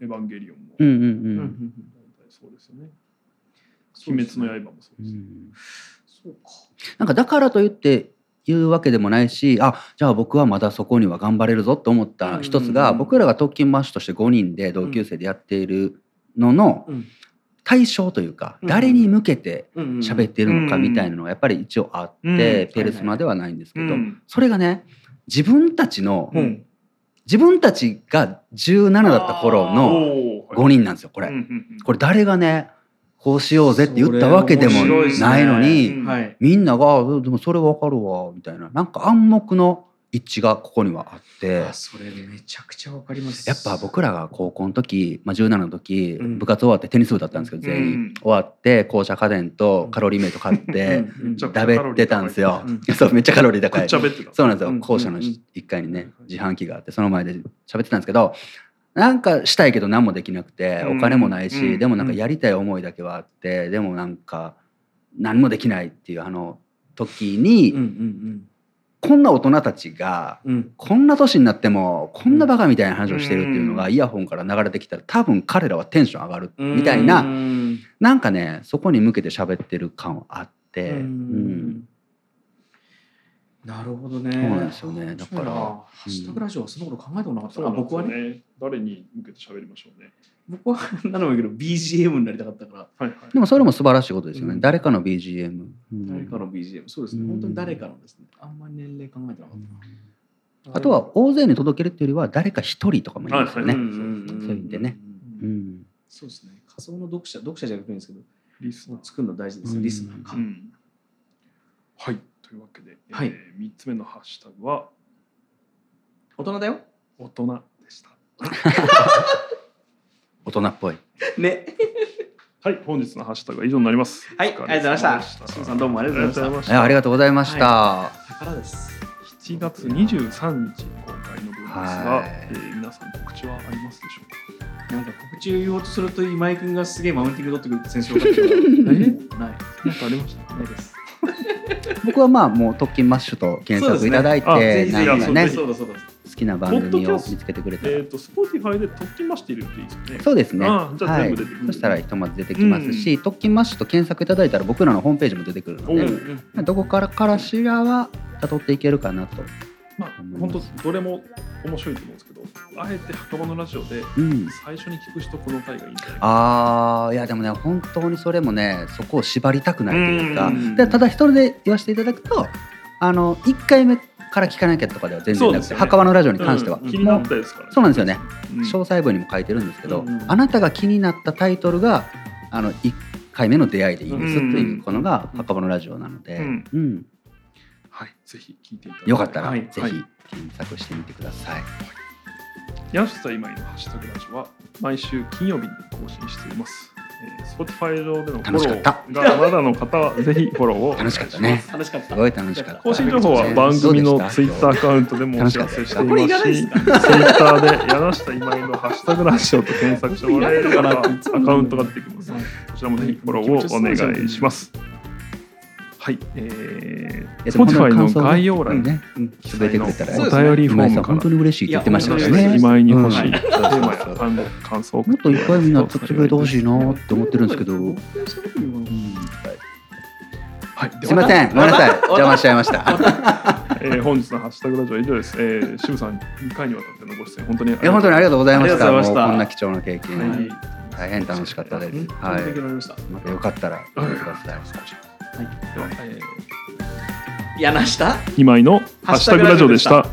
Speaker 2: エヴァンゲリオンも
Speaker 3: う
Speaker 2: 大
Speaker 3: んうん
Speaker 1: う
Speaker 3: う
Speaker 1: んうんん
Speaker 2: 体そうですよね
Speaker 1: そう
Speaker 2: 鬼
Speaker 1: です
Speaker 2: 滅
Speaker 1: ね
Speaker 2: の刃もそう
Speaker 3: う
Speaker 2: です
Speaker 3: ん
Speaker 1: そうか。
Speaker 3: なんかだからといっていうわけでもないしあじゃあ僕はまだそこには頑張れるぞと思った一つが、
Speaker 1: うん
Speaker 3: 僕らが特勤マッシュとして5人で同級生でやっているのの
Speaker 1: うん
Speaker 3: 対象というか、
Speaker 1: うん
Speaker 3: 誰に向けて
Speaker 1: うん
Speaker 3: 喋ってるのかみたいなのはやっぱり一応あって、
Speaker 2: うん
Speaker 3: ペルソナではないんですけど、
Speaker 2: うん
Speaker 3: それがね自分たちの、
Speaker 1: うん
Speaker 3: 自分たちが17だった頃の
Speaker 2: おー
Speaker 3: 5人なんですよこれ。
Speaker 2: うんうんうん
Speaker 3: これ誰がねこうしようぜって言ったわけでも
Speaker 2: それ面白いっすね
Speaker 3: ないのに、
Speaker 2: うん
Speaker 1: はい
Speaker 3: みんながあ「でもそれわかるわ」みたいななんか暗黙の一致がここにはあって
Speaker 1: あそれめちゃくちゃわかります
Speaker 3: やっぱ僕らが高校の時、まあ、17の時、
Speaker 1: うん
Speaker 3: 部活終わってテニス部だったんですけど全員、
Speaker 2: うん
Speaker 3: 終わって紅茶家電とカロリーメイト買って
Speaker 1: うんうん
Speaker 2: ちょっと
Speaker 3: 食べてたんですよ、
Speaker 1: う
Speaker 3: そうめっちゃカロリー高
Speaker 2: くっ
Speaker 3: い
Speaker 2: ちゃべってた。
Speaker 3: そうなんですよ、
Speaker 1: うん
Speaker 3: 校舎の
Speaker 1: うんうん
Speaker 3: 1階にね
Speaker 1: はい
Speaker 3: 自販機があってその前で喋ってたんですけどなんかしたいけど何もできなくて
Speaker 2: うん
Speaker 3: お金もないし、
Speaker 2: うん
Speaker 3: でもなんかやりたい思いだけはあってでもなんか何もできないっていうあの時に、
Speaker 1: うんうん
Speaker 3: こんな大人たちが
Speaker 1: うんうん
Speaker 3: こんな年になってもこんなバカみたいな話をしてるっていうのが、
Speaker 2: うん
Speaker 3: イヤホンから流れてきたら多分彼らはテンション上がる
Speaker 1: うん
Speaker 3: みたいな、
Speaker 1: うん
Speaker 3: なんかねそこに向けて喋ってる感はあって、
Speaker 1: う
Speaker 3: うん
Speaker 1: んなるほどね。
Speaker 3: そうなんですよねだから
Speaker 1: 面白いなハッシュタグラジオはその頃考えてもなかった
Speaker 2: そ
Speaker 1: な。
Speaker 2: うなんで
Speaker 1: 僕
Speaker 2: すよ
Speaker 1: はね、
Speaker 2: ね。誰に向けて喋りましょうね。
Speaker 1: 僕はなのもいいけど BGM になりたかったから、
Speaker 2: はいはい。
Speaker 3: でもそれも素晴らしいことですよね、
Speaker 1: うん
Speaker 3: 誰かの BGM。うん
Speaker 1: 誰かの BGM、そうです
Speaker 3: う
Speaker 1: ね。
Speaker 3: ん
Speaker 1: 本当に誰かのですね。あんまり年齢考えてなかったな。
Speaker 3: あとは大勢に届けるっていうよりは誰か一人とかもいいです
Speaker 1: う
Speaker 3: よ
Speaker 1: ん、
Speaker 3: ね。
Speaker 2: は
Speaker 1: ん
Speaker 3: そういう意味でね。
Speaker 1: うん
Speaker 2: うん
Speaker 3: うん
Speaker 1: そうですね。仮想の読者、読者じゃなくてもいいんですけど、
Speaker 2: リスナー。
Speaker 1: 作るの大事ですね。
Speaker 3: うん
Speaker 1: リスナーか。
Speaker 2: うんはい。というわけで、
Speaker 1: はい
Speaker 2: えー三つ目のハッシュタグは
Speaker 1: 大人だよ。
Speaker 2: 大人でした。
Speaker 3: 大人っぽい。
Speaker 1: ね。
Speaker 2: はい、本日のハッシュタグは以上になります。
Speaker 1: はい、ありがとうございました。
Speaker 2: お
Speaker 1: し
Speaker 2: 疲れ様で
Speaker 1: ゅんさんどうもありがとうございまし
Speaker 3: えありがとうございました。
Speaker 1: た。宝です。
Speaker 2: 7月23日公開の分ですが、
Speaker 3: はい
Speaker 2: えー皆さん告知はありますでしょうか
Speaker 1: なんか告知を言おうとすると今井君がすげえマウンティング取ってくる先週分かった けどない
Speaker 2: 何かありました
Speaker 1: ないです。
Speaker 3: 僕はまあもう特勤マッシュと検索いただいて、
Speaker 2: そうです
Speaker 1: ぜひぜ
Speaker 3: なん
Speaker 1: ひ
Speaker 3: かね
Speaker 1: そうだそうだそうだ。
Speaker 3: 好きな番組を見つけてくれた
Speaker 2: えっ、
Speaker 3: ら。
Speaker 2: と、Spotify で特訓ましているっていいですよね。
Speaker 3: そうですね。
Speaker 2: ああじゃあ
Speaker 3: はい
Speaker 2: 全部出てく。る
Speaker 3: そしたらひとまず出てきますし、特勤マッシュと検索いただいたら僕らのホームページも出てくるの
Speaker 2: お
Speaker 1: うん
Speaker 2: う
Speaker 1: う
Speaker 3: で、
Speaker 1: ん
Speaker 3: どこからからしらは辿っていけるかなと。
Speaker 2: まあ、本当どれも面白いと思うんですけど、あえて墓場のラジオで
Speaker 3: うん。
Speaker 2: 最初に聞く人この回がいいんじゃないか。
Speaker 3: あーいやでもね本当にそれもねそこを縛りたくないというか
Speaker 2: うん
Speaker 3: でただ一人で言わせていただくとあの1回目から聞かなきゃとかでは全
Speaker 2: そ
Speaker 3: 然
Speaker 2: う
Speaker 3: な
Speaker 2: で
Speaker 3: く
Speaker 2: す
Speaker 3: て、
Speaker 2: よね
Speaker 3: 墓場のラジオに関しては、
Speaker 2: うん気にな
Speaker 3: も
Speaker 2: ったですから、
Speaker 3: うそうなんですよね、
Speaker 2: うん
Speaker 3: 詳細文にも書いてるんですけど、
Speaker 1: うんうん
Speaker 3: あなたが気になったタイトルがあの1回目の出会いでいいですっていうこのが
Speaker 1: うん
Speaker 3: 墓場のラジオなので、
Speaker 2: う
Speaker 3: うんん
Speaker 2: はい、ぜひ聞いていただいて
Speaker 3: よかったら
Speaker 1: は
Speaker 3: ぜ
Speaker 1: い
Speaker 3: ひ検索してみてください。
Speaker 2: ヤシさ今井のハッシュタグラジオは毎週金曜日に更新しています。えー、Spotify 上でのフォロ
Speaker 3: 楽しかった
Speaker 2: ーがまだの方 はぜひフォローをお願い
Speaker 3: 楽
Speaker 2: し
Speaker 3: しか
Speaker 2: ま
Speaker 3: っ
Speaker 2: す
Speaker 3: た。ね
Speaker 1: 楽しかった。
Speaker 3: すごい楽しかった
Speaker 2: 更新情報は番組のツイッターアカウントでもお知らせしてい
Speaker 1: これい
Speaker 2: ま
Speaker 1: ら
Speaker 2: す
Speaker 1: ないで
Speaker 2: し、ツイ
Speaker 1: す
Speaker 2: ッ
Speaker 1: か
Speaker 2: ターで柳下今井のハッシュタグラジオと検索してもらえればアカウントが出てきます。こちらもぜひフォローをお願いします。はい、えー、
Speaker 3: えっとこ
Speaker 2: Spotify の
Speaker 3: 感想をね
Speaker 2: 概要欄に
Speaker 3: ね
Speaker 1: うん
Speaker 2: 記載のお便
Speaker 1: そうですね
Speaker 2: りフォー
Speaker 3: 今井さん
Speaker 2: ムか
Speaker 3: 本
Speaker 2: ら
Speaker 3: 当に嬉しいって言ってましたから
Speaker 1: いや
Speaker 3: ね。
Speaker 2: 今井に欲しい
Speaker 3: うん
Speaker 2: テーマや単語感想を送
Speaker 3: もってといっぱいみんな作ってくれてほしいなって思ってるんですけど。うん
Speaker 2: はい、
Speaker 3: すいません、ごめんなさい、邪魔しちゃいました。
Speaker 2: えー本日のハッシュタグラジオは以上です。えー、渋さん、2回にわたってのご出演、本当にあ
Speaker 3: いや、本当にあり
Speaker 2: と
Speaker 3: がとうございました。
Speaker 1: ありが
Speaker 3: もう
Speaker 1: とうございました
Speaker 3: こんな貴重な経験、
Speaker 1: は
Speaker 2: はいい、
Speaker 3: 大変楽しかったです。は
Speaker 1: はい。勉強に
Speaker 3: い。
Speaker 1: なりました。
Speaker 3: またよかったら、見てください。
Speaker 1: はい。
Speaker 2: では、えー、
Speaker 1: 柳下
Speaker 2: 2枚のハッシュタグラジオでした。